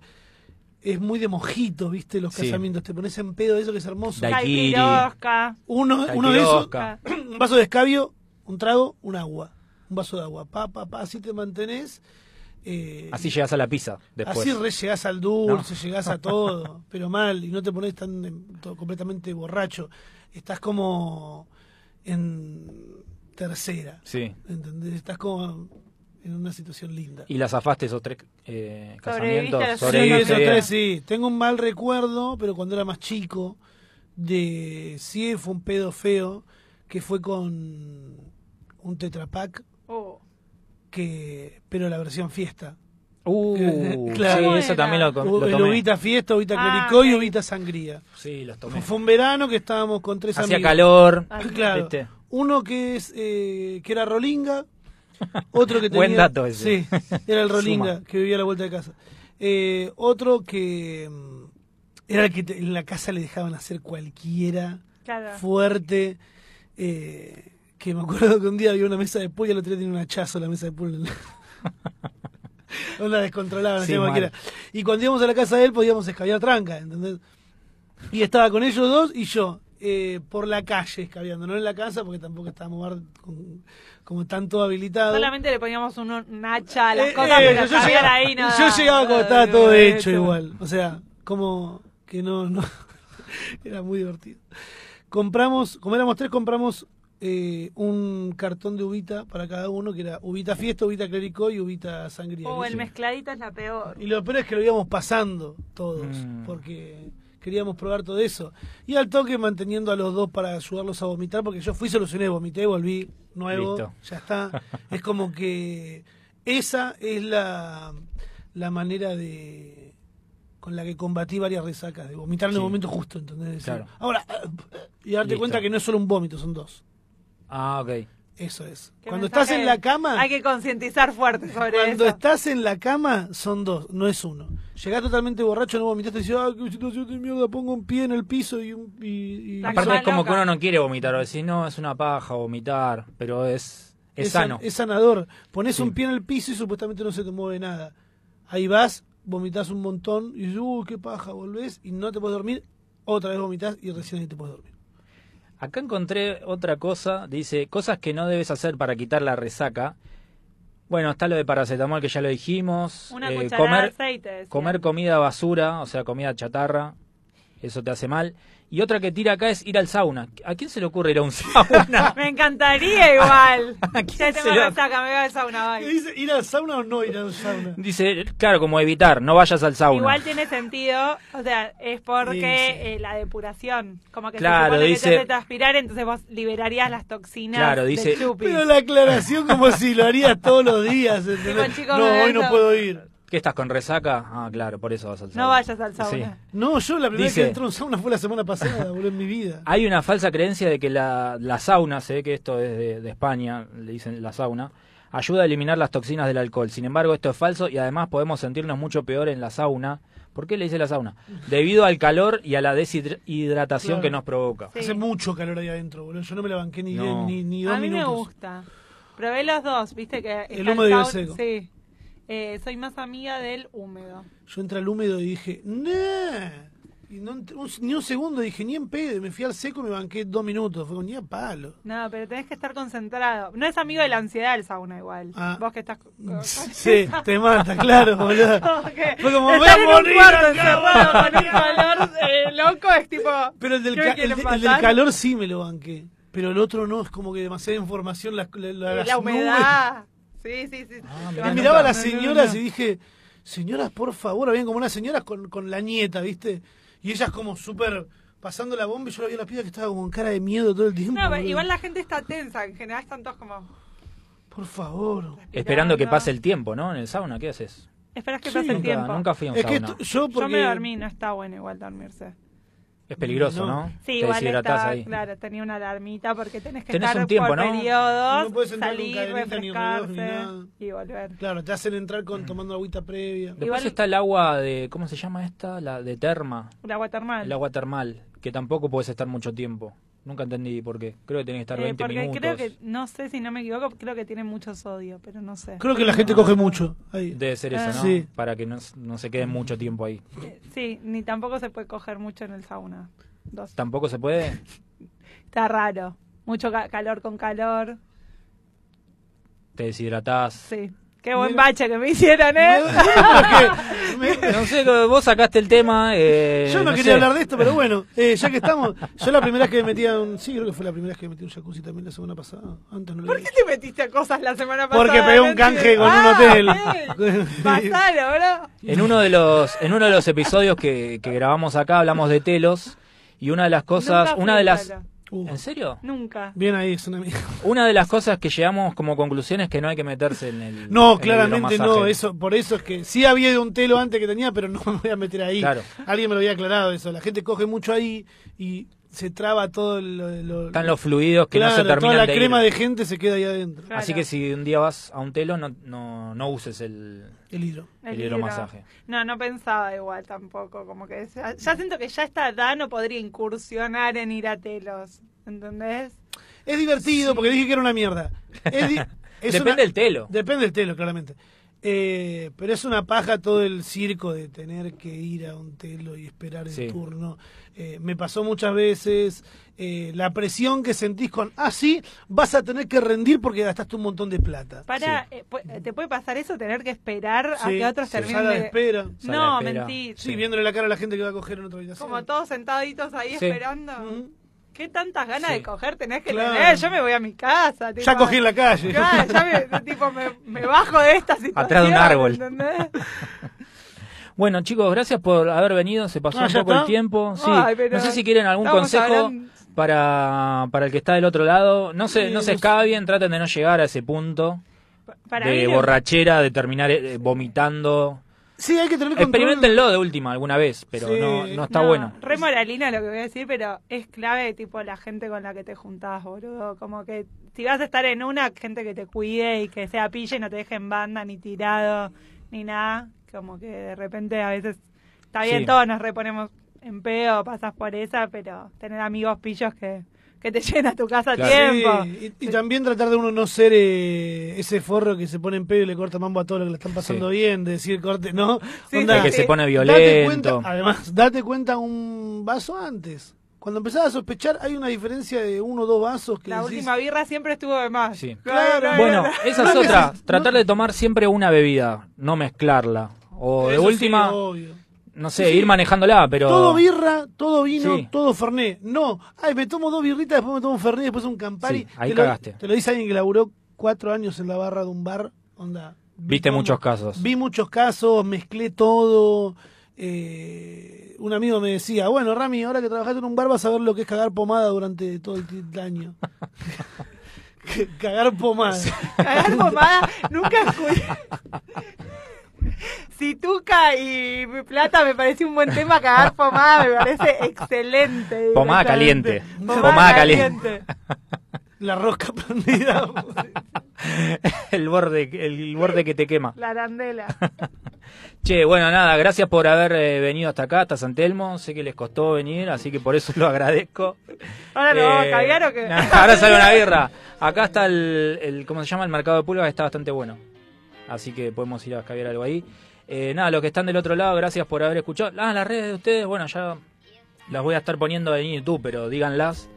[SPEAKER 3] es muy de mojito, ¿viste? Los
[SPEAKER 1] Sí.
[SPEAKER 3] casamientos, te pones en pedo eso que es hermoso.
[SPEAKER 1] Dai- Daiquiri.
[SPEAKER 2] Caipirosca.
[SPEAKER 3] Uno, uno de esos,
[SPEAKER 1] Taquirosca.
[SPEAKER 3] un vaso de escabio, un trago, un agua, un vaso de agua, pa, pa, pa, así te mantenés. eh,
[SPEAKER 1] Así llegas a la pizza después.
[SPEAKER 3] Así re llegás al dulce, llegás a todo, pero mal, y no te pones tan em, to- completamente borracho. Estás como en tercera,
[SPEAKER 1] Sí.
[SPEAKER 3] ¿entendés? Estás como en una situación linda.
[SPEAKER 1] Y la zafaste esos tres eh,
[SPEAKER 2] Sobreviviste a
[SPEAKER 1] casamientos.
[SPEAKER 2] los
[SPEAKER 3] Sí,
[SPEAKER 1] Sobreviviste
[SPEAKER 3] esos
[SPEAKER 1] bien.
[SPEAKER 3] tres, sí. Tengo un mal recuerdo, pero cuando era más chico, de sí fue un pedo feo, que fue con un tetrapack,
[SPEAKER 2] Oh.
[SPEAKER 3] que, pero la versión fiesta.
[SPEAKER 1] Uh,
[SPEAKER 3] Claro.
[SPEAKER 1] sí, eso también lo, lo
[SPEAKER 3] Hubo- el
[SPEAKER 1] tomé.
[SPEAKER 3] Ubita Fiesta, Ubita
[SPEAKER 2] Ah,
[SPEAKER 3] Clericó y
[SPEAKER 2] ok.
[SPEAKER 3] Ubita Sangría.
[SPEAKER 1] Sí, los tomé.
[SPEAKER 3] Fue- Fue un verano que estábamos con tres
[SPEAKER 1] Hacía
[SPEAKER 3] amigos.
[SPEAKER 1] calor.
[SPEAKER 2] Ah,
[SPEAKER 3] Claro.
[SPEAKER 1] ¿viste?
[SPEAKER 3] Uno que es eh, que era Rolinga, otro que tenía
[SPEAKER 1] Buen dato ese.
[SPEAKER 3] Sí, era el Rolinga
[SPEAKER 1] Suma.
[SPEAKER 3] que vivía a la vuelta de casa. Eh, otro que mm, era el que te- en la casa le dejaban hacer cualquiera
[SPEAKER 2] Claro.
[SPEAKER 3] fuerte eh, que me acuerdo que un día había una mesa de pool y al otro día tenía un hachazo en la mesa de pool. no la descontrolaban,
[SPEAKER 4] Sí,
[SPEAKER 3] hacían
[SPEAKER 4] mal.
[SPEAKER 3] cualquiera. Y cuando íbamos a la casa de él podíamos escabiar tranca, ¿entendés? Y estaba con ellos dos y yo, eh, por la calle escabeando, no en la casa porque tampoco estábamos bar- con- como tanto habilitados.
[SPEAKER 2] Solamente le poníamos un, un hacha a las
[SPEAKER 3] Eh,
[SPEAKER 2] cosas,
[SPEAKER 3] eh,
[SPEAKER 2] pero
[SPEAKER 3] yo,
[SPEAKER 2] yo
[SPEAKER 3] llegaba,
[SPEAKER 2] ahí nada.
[SPEAKER 3] yo llegaba cuando
[SPEAKER 2] Ay,
[SPEAKER 3] estaba todo
[SPEAKER 2] bueno.
[SPEAKER 3] hecho igual. O sea, como que no, no. Era muy divertido. Compramos, como éramos tres, compramos eh, un cartón de uvita para cada uno, que era uvita fiesta, uvita clericó y uvita sangría.
[SPEAKER 2] O Oh, el
[SPEAKER 3] Sí.
[SPEAKER 2] mezcladito es la peor.
[SPEAKER 3] Y lo peor es que lo íbamos pasando todos,
[SPEAKER 1] Mm.
[SPEAKER 3] porque queríamos probar todo eso. Y al toque manteniendo a los dos para ayudarlos a vomitar, porque yo fui, solucioné, vomité, volví nuevo,
[SPEAKER 1] Listo.
[SPEAKER 3] ya está. es como que esa es la, la manera de con la que combatí varias resacas, de vomitar en el
[SPEAKER 1] Sí.
[SPEAKER 3] momento justo, ¿entendés?
[SPEAKER 1] Claro.
[SPEAKER 3] Ahora, eh, y darte
[SPEAKER 1] Listo.
[SPEAKER 3] cuenta que no es solo un vómito, son dos.
[SPEAKER 1] Ah, ok.
[SPEAKER 3] Eso es.
[SPEAKER 2] ¿Qué
[SPEAKER 3] Cuando
[SPEAKER 2] mensaje?
[SPEAKER 3] estás en la cama...
[SPEAKER 2] Hay que concientizar fuerte sobre
[SPEAKER 3] Cuando
[SPEAKER 2] eso.
[SPEAKER 3] estás en la cama, son dos, no es uno. Llegás totalmente borracho, no vomitaste y dices, ah, qué situación de mierda, pongo un pie en el piso y un. y- y-
[SPEAKER 2] La
[SPEAKER 3] y-
[SPEAKER 1] Aparte es
[SPEAKER 2] Persona
[SPEAKER 1] como
[SPEAKER 2] loca.
[SPEAKER 1] que uno no quiere vomitar, o decís, no, es una paja vomitar, pero es, es,
[SPEAKER 3] san-
[SPEAKER 1] sano.
[SPEAKER 3] Es sanador. Pones
[SPEAKER 1] Sí.
[SPEAKER 3] un pie en el piso y supuestamente no se te mueve nada. Ahí vas, vomitas un montón y dices, uh, qué paja, volvés y no te puedes dormir. Otra vez vomitas y recién ahí te puedes dormir.
[SPEAKER 1] Acá encontré otra cosa, dice, cosas que no debes hacer para quitar la resaca. Bueno, está lo de paracetamol que ya lo dijimos.
[SPEAKER 2] Una
[SPEAKER 1] eh,
[SPEAKER 2] cucharada de
[SPEAKER 1] comer,
[SPEAKER 2] aceite. decía.
[SPEAKER 1] comer comida basura, o sea, comida chatarra, eso te hace mal. Y otra que tira acá es ir al sauna. ¿A quién se le ocurre ir a un sauna?
[SPEAKER 2] Me encantaría igual. ya
[SPEAKER 1] quién
[SPEAKER 2] tengo
[SPEAKER 1] se le-
[SPEAKER 2] la saca, me voy al sauna, bye.
[SPEAKER 3] dice, ir al sauna o no ir al sauna?
[SPEAKER 1] Dice, claro, como evitar, no vayas al sauna.
[SPEAKER 2] Igual tiene sentido, o sea, es porque
[SPEAKER 3] Sí, sí.
[SPEAKER 2] eh, la depuración, como que
[SPEAKER 1] Claro,
[SPEAKER 2] se supone
[SPEAKER 1] dice-
[SPEAKER 2] que te hace transpirar, entonces vos liberarías las toxinas
[SPEAKER 1] Claro,
[SPEAKER 2] del
[SPEAKER 1] dice-
[SPEAKER 2] chupi.
[SPEAKER 3] Pero la aclaración como si lo harías todos los días. ¿entendés?
[SPEAKER 2] Chicos, chicos,
[SPEAKER 3] No,
[SPEAKER 2] me
[SPEAKER 3] hoy no
[SPEAKER 2] beso.
[SPEAKER 3] puedo ir.
[SPEAKER 1] ¿Qué estás con resaca? Ah, claro, por eso vas al sauna.
[SPEAKER 2] No vayas al sauna.
[SPEAKER 1] Sí.
[SPEAKER 3] No, yo la primera vez
[SPEAKER 1] Dice-
[SPEAKER 3] que entré a un sauna fue la semana pasada, boludo, en mi vida.
[SPEAKER 1] Hay una falsa creencia de que la, la sauna, se ve que esto es de, de España, le dicen la sauna, ayuda a eliminar las toxinas del alcohol. Sin embargo, esto es falso y además podemos sentirnos mucho peor en la sauna. ¿Por qué le dice la sauna? Debido al calor y a la deshidratación
[SPEAKER 3] Claro.
[SPEAKER 1] que nos provoca.
[SPEAKER 2] Sí.
[SPEAKER 3] Hace mucho calor ahí adentro, boludo. Yo no me la banqué ni,
[SPEAKER 1] No.
[SPEAKER 3] ni, ni dos
[SPEAKER 2] A mí me
[SPEAKER 3] minutos.
[SPEAKER 2] gusta. Probé los dos, viste que está
[SPEAKER 3] humo de
[SPEAKER 2] sauna-
[SPEAKER 3] Bioseco.
[SPEAKER 2] Sí. Eh, soy más amiga del húmedo.
[SPEAKER 3] Yo entré al húmedo y dije, nah. Y no entré- un- ni un segundo dije, ni en pedo. Y Me fui al seco y me banqué dos minutos. Fue como, ni a palo.
[SPEAKER 2] No, pero tenés que estar concentrado. No es amigo de la ansiedad el sauna igual.
[SPEAKER 3] Ah.
[SPEAKER 2] Vos que estás
[SPEAKER 3] Sí, te mata, claro, boludo.
[SPEAKER 2] como que
[SPEAKER 3] Fue como,
[SPEAKER 2] estar
[SPEAKER 3] voy a
[SPEAKER 2] en
[SPEAKER 3] morir
[SPEAKER 2] un cuarto
[SPEAKER 3] acá,
[SPEAKER 2] encerrado con un calor eh, loco es tipo
[SPEAKER 3] Pero el del,
[SPEAKER 2] ¿qué
[SPEAKER 3] ca-
[SPEAKER 2] me quieren
[SPEAKER 3] el de- el
[SPEAKER 2] matar?
[SPEAKER 3] del calor sí me lo banqué. Pero el otro no, es como que demasiada información. La, la, la-
[SPEAKER 2] la,
[SPEAKER 3] las nubes.
[SPEAKER 2] humedad. Sí, sí, sí.
[SPEAKER 1] Ah,
[SPEAKER 2] Te
[SPEAKER 1] mirá,
[SPEAKER 2] van
[SPEAKER 3] Y
[SPEAKER 2] a-
[SPEAKER 3] miraba a las
[SPEAKER 2] No, no, no,
[SPEAKER 3] señoras
[SPEAKER 2] no.
[SPEAKER 3] y dije, señoras, por favor, habían como unas señoras con, con la nieta, ¿viste? Y ellas como súper pasando la bomba y yo la vi a la piba que estaba con cara de miedo todo el tiempo.
[SPEAKER 2] No, pero
[SPEAKER 3] boludo.
[SPEAKER 2] igual la gente está tensa, en general están todos como
[SPEAKER 3] Por favor.
[SPEAKER 1] Esperando que pase el tiempo, ¿no? En el sauna, ¿qué haces?
[SPEAKER 2] Esperas que
[SPEAKER 3] Sí.
[SPEAKER 2] pase el
[SPEAKER 1] nunca,
[SPEAKER 2] tiempo.
[SPEAKER 1] nunca fui a un
[SPEAKER 3] Es que
[SPEAKER 1] sauna.
[SPEAKER 3] esto- yo
[SPEAKER 2] Yo
[SPEAKER 3] porque...
[SPEAKER 2] me dormí, no está bueno igual dormirse.
[SPEAKER 1] Es peligroso,
[SPEAKER 3] No.
[SPEAKER 1] ¿no?
[SPEAKER 2] Sí,
[SPEAKER 1] Te
[SPEAKER 2] igual
[SPEAKER 1] deshidratás
[SPEAKER 2] estaba,
[SPEAKER 1] ahí.
[SPEAKER 2] claro, tenía una alarmita porque tenés que
[SPEAKER 1] Tenés
[SPEAKER 2] estar
[SPEAKER 1] un tiempo,
[SPEAKER 2] por
[SPEAKER 1] ¿no?
[SPEAKER 2] periodos,
[SPEAKER 3] No podés entrar con
[SPEAKER 2] salir,
[SPEAKER 3] cadenita, ni reloj, ni
[SPEAKER 2] refrescarse
[SPEAKER 3] nada.
[SPEAKER 2] y volver.
[SPEAKER 3] Claro, te hacen entrar
[SPEAKER 1] Mm.
[SPEAKER 3] con tomando agüita previa.
[SPEAKER 1] Después
[SPEAKER 2] Igual-
[SPEAKER 1] está el agua de, ¿cómo se llama esta? La de terma.
[SPEAKER 2] El agua termal.
[SPEAKER 1] El agua termal, que tampoco puedes estar mucho tiempo. Nunca entendí por qué. Creo que tenés que estar
[SPEAKER 2] Eh,
[SPEAKER 1] 20
[SPEAKER 2] porque
[SPEAKER 1] minutos.
[SPEAKER 2] creo que, no sé si no me equivoco, creo que tiene mucho sodio, pero no sé.
[SPEAKER 3] Creo que la
[SPEAKER 1] Ah.
[SPEAKER 3] gente coge mucho. Ahí.
[SPEAKER 1] Debe ser eso,
[SPEAKER 2] Ah.
[SPEAKER 1] ¿no?
[SPEAKER 3] Sí.
[SPEAKER 1] Para que no, s- no se quede mucho tiempo ahí.
[SPEAKER 2] Eh, Sí, ni tampoco se puede coger mucho en el sauna. Dos.
[SPEAKER 1] Tampoco se puede.
[SPEAKER 2] Está raro. Mucho ca- calor con calor.
[SPEAKER 1] Te deshidratás.
[SPEAKER 2] Sí. Qué buen
[SPEAKER 3] Mira.
[SPEAKER 2] bache que me hicieron, ¿eh?
[SPEAKER 3] Porque me-
[SPEAKER 1] No sé, vos sacaste el tema. eh,
[SPEAKER 3] yo no,
[SPEAKER 1] sé.
[SPEAKER 3] quería hablar de esto, pero bueno, eh, ya que estamos, yo la primera vez que me metí a un... Sí, creo que fue la primera vez que me metí a un jacuzzi también la semana pasada. Antes no lo
[SPEAKER 2] ¿Por
[SPEAKER 3] había
[SPEAKER 2] qué te metiste a cosas la semana pasada?
[SPEAKER 3] Porque pegué un
[SPEAKER 2] Nancy?
[SPEAKER 3] canje con
[SPEAKER 2] Ah,
[SPEAKER 3] un
[SPEAKER 2] bien.
[SPEAKER 3] hotel.
[SPEAKER 2] Pasalo, bro.
[SPEAKER 1] En uno de los, en uno de los episodios que, que grabamos acá hablamos de telos. Y una de las cosas.
[SPEAKER 2] Nunca fui
[SPEAKER 1] Una de las.
[SPEAKER 2] sola.
[SPEAKER 3] Uh,
[SPEAKER 1] ¿En serio?
[SPEAKER 2] Nunca.
[SPEAKER 3] bien ahí, es una amiga.
[SPEAKER 1] Una de las cosas que llegamos como conclusión es que no hay que meterse en el. en
[SPEAKER 3] No,
[SPEAKER 1] el
[SPEAKER 3] claramente no,
[SPEAKER 1] hidromasaje.
[SPEAKER 3] eso, por eso es que sí había de un telo antes que tenía, pero no me voy a meter ahí.
[SPEAKER 1] Claro.
[SPEAKER 3] Alguien me lo había aclarado eso, la gente coge mucho ahí y se traba todo lo, lo-
[SPEAKER 1] Están los fluidos que
[SPEAKER 3] Claro,
[SPEAKER 1] no se terminan
[SPEAKER 3] toda la
[SPEAKER 1] de ir.
[SPEAKER 3] crema de gente se queda ahí adentro,
[SPEAKER 2] Claro.
[SPEAKER 1] Así que si un día vas a un telo, no, no, no uses el,
[SPEAKER 3] el hidro.
[SPEAKER 1] el
[SPEAKER 2] libro.
[SPEAKER 1] hidromasaje.
[SPEAKER 2] No, no pensaba igual tampoco. Como que ya, ya siento que ya esta edad no podría incursionar en ir a telos. ¿Entendés?
[SPEAKER 3] Es divertido porque dije que era una mierda. Es di- es
[SPEAKER 1] Depende
[SPEAKER 3] una-
[SPEAKER 1] del telo.
[SPEAKER 3] Depende del telo, claramente. Eh, pero es una paja todo el circo de tener que ir a un telo y esperar el
[SPEAKER 1] Sí.
[SPEAKER 3] turno. Eh, me pasó muchas veces eh, la presión que sentís con, ah, sí, vas a tener que rendir porque gastaste un montón de plata.
[SPEAKER 2] Para, eh, pu- ¿Te puede pasar eso? Tener que esperar a
[SPEAKER 3] Sí,
[SPEAKER 2] Ah, que otros
[SPEAKER 3] sí.
[SPEAKER 2] terminen
[SPEAKER 3] Sala de
[SPEAKER 2] de-
[SPEAKER 3] espera.
[SPEAKER 1] Sala
[SPEAKER 2] No,
[SPEAKER 1] de espera.
[SPEAKER 2] mentira.
[SPEAKER 3] Sí, viéndole la cara a la gente que va a coger en otra habitación.
[SPEAKER 2] Como todos sentaditos ahí
[SPEAKER 1] Sí.
[SPEAKER 2] esperando.
[SPEAKER 3] Ujú.
[SPEAKER 2] ¿Qué tantas ganas
[SPEAKER 1] Sí.
[SPEAKER 2] de coger tenés que
[SPEAKER 3] Mm. Claro.
[SPEAKER 2] tener? Yo me voy a mi casa. tipo,
[SPEAKER 3] Ya cogí en la calle.
[SPEAKER 2] Claro, ya me, tipo, me, me bajo de esta situación.
[SPEAKER 1] Atrás de un árbol.
[SPEAKER 2] ¿entendés?
[SPEAKER 1] Bueno, chicos, gracias por haber venido. Se pasó
[SPEAKER 3] Ah,
[SPEAKER 1] un
[SPEAKER 3] ¿ya
[SPEAKER 1] poco
[SPEAKER 3] está?
[SPEAKER 1] el tiempo. Sí.
[SPEAKER 2] Ay, pero
[SPEAKER 1] no sé si quieren algún
[SPEAKER 2] estamos
[SPEAKER 1] consejo
[SPEAKER 2] hablando-
[SPEAKER 1] para, para el que está del otro lado. No se,
[SPEAKER 3] Sí,
[SPEAKER 1] no se
[SPEAKER 3] no
[SPEAKER 1] escabien, traten de no llegar a ese punto
[SPEAKER 2] Pa- Para
[SPEAKER 1] de
[SPEAKER 2] mí lo-
[SPEAKER 1] borrachera, de terminar eh, vomitando.
[SPEAKER 3] Sí, hay que tener control.
[SPEAKER 1] Experimentenlo de última alguna vez, pero
[SPEAKER 3] Sí.
[SPEAKER 1] no, no está
[SPEAKER 2] no,
[SPEAKER 1] bueno.
[SPEAKER 2] Re moralina lo que voy a decir, pero es clave, tipo, la gente con la que te juntás, boludo. Como que si vas a estar en una, gente que te cuide y que sea pille y no te deje en banda, ni tirado, ni nada. Como que de repente a veces está bien,
[SPEAKER 1] Sí.
[SPEAKER 2] todos nos reponemos en pedo, pasas por esa, pero tener amigos pillos que, que te llenen a tu casa a
[SPEAKER 1] Claro.
[SPEAKER 2] tiempo.
[SPEAKER 3] Sí, y, y también tratar de uno no ser eh, ese forro que se pone en pedo y le corta mambo a todo lo que le están pasando
[SPEAKER 1] Sí.
[SPEAKER 3] bien, de decir corte, ¿no?
[SPEAKER 2] Sí,
[SPEAKER 3] Onda,
[SPEAKER 1] El que se pone
[SPEAKER 3] Eh, Date cuenta,
[SPEAKER 1] violento.
[SPEAKER 3] además, date cuenta un vaso antes. Cuando empezás a sospechar, hay una diferencia de uno o dos vasos que
[SPEAKER 2] La
[SPEAKER 3] decís,
[SPEAKER 2] última birra siempre estuvo de más.
[SPEAKER 1] Sí.
[SPEAKER 3] Claro.
[SPEAKER 2] Ay,
[SPEAKER 1] Bueno,
[SPEAKER 2] no.
[SPEAKER 1] esa es
[SPEAKER 3] No,
[SPEAKER 1] otra.
[SPEAKER 3] no.
[SPEAKER 1] Tratar de tomar siempre una bebida, no mezclarla. O de
[SPEAKER 3] Eso sí,
[SPEAKER 1] última,
[SPEAKER 3] obvio.
[SPEAKER 1] no sé, ir manejándola, pero...
[SPEAKER 3] Todo birra, todo vino,
[SPEAKER 1] Sí.
[SPEAKER 3] todo ferné. No, ay, me tomo dos birritas, después me tomo un ferné, después un campari.
[SPEAKER 1] Sí, ahí
[SPEAKER 3] te, lo,
[SPEAKER 1] cagaste.
[SPEAKER 3] te lo dice alguien que laburó cuatro años en la barra de un bar, onda. vi
[SPEAKER 1] Viste
[SPEAKER 3] cómo-
[SPEAKER 1] muchos casos.
[SPEAKER 3] Vi muchos casos, mezclé todo. Eh, un amigo me decía, bueno, Rami, ahora que trabajaste en un bar vas a ver lo que es cagar pomada durante todo el ti- el año. C- cagar pomada.
[SPEAKER 2] Cagar pomada, nunca escuché. Si tuca y plata me parece un buen tema, cagar pomada me parece excelente.
[SPEAKER 1] Pomada
[SPEAKER 2] directamente.
[SPEAKER 1] caliente. Pomada caliente.
[SPEAKER 3] La rosca prendida.
[SPEAKER 1] el borde, el borde que te quema.
[SPEAKER 2] La arandela.
[SPEAKER 1] Che, bueno, nada, gracias por haber eh, venido hasta acá, hasta San Telmo. Sé que les costó venir, así que por eso lo agradezco.
[SPEAKER 2] Ahora
[SPEAKER 1] Eh,
[SPEAKER 2] lo vamos a caviar o qué?
[SPEAKER 1] Ahora sale una birra. Acá está el, el- ¿cómo se llama? El mercado de pulgas, está bastante bueno. Así que podemos ir a caviar algo ahí. Eh, nada, los que están del otro lado, gracias por haber escuchado. Ah, las redes de ustedes, bueno, ya las voy a estar poniendo en YouTube, pero díganlas.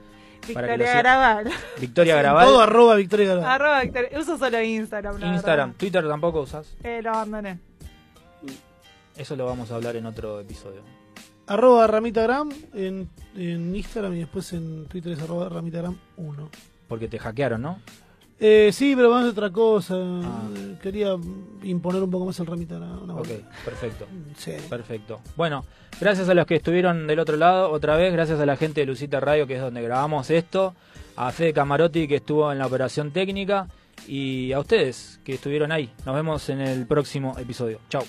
[SPEAKER 1] Para que lo
[SPEAKER 2] Victoria
[SPEAKER 1] siga.
[SPEAKER 2] Garabal.
[SPEAKER 1] Victoria
[SPEAKER 3] Todo
[SPEAKER 1] Grabal,
[SPEAKER 3] arroba Victoria Galván.
[SPEAKER 2] Arroba Victoria. Uso solo Instagram. la
[SPEAKER 1] Instagram,
[SPEAKER 2] verdad.
[SPEAKER 1] Twitter tampoco usas.
[SPEAKER 2] Eh, lo abandoné.
[SPEAKER 1] Eso lo vamos a hablar en otro episodio.
[SPEAKER 3] arroba ramitagram en, en Instagram y después en Twitter es arroba ramitagram1.
[SPEAKER 1] Porque te hackearon, ¿no?
[SPEAKER 3] Eh, sí, pero vamos a otra cosa.
[SPEAKER 1] Ah.
[SPEAKER 3] Eh, Quería imponer un poco más el ramitagram. No,
[SPEAKER 1] Ok, perfecto.
[SPEAKER 3] sí.
[SPEAKER 1] Perfecto. Bueno, gracias a los que estuvieron del otro lado otra vez, gracias a la gente de Lucita Radio, que es donde grabamos esto, a Fede Camarotti, que estuvo en la operación técnica, y a ustedes que estuvieron ahí. Nos vemos en el próximo episodio. Chao.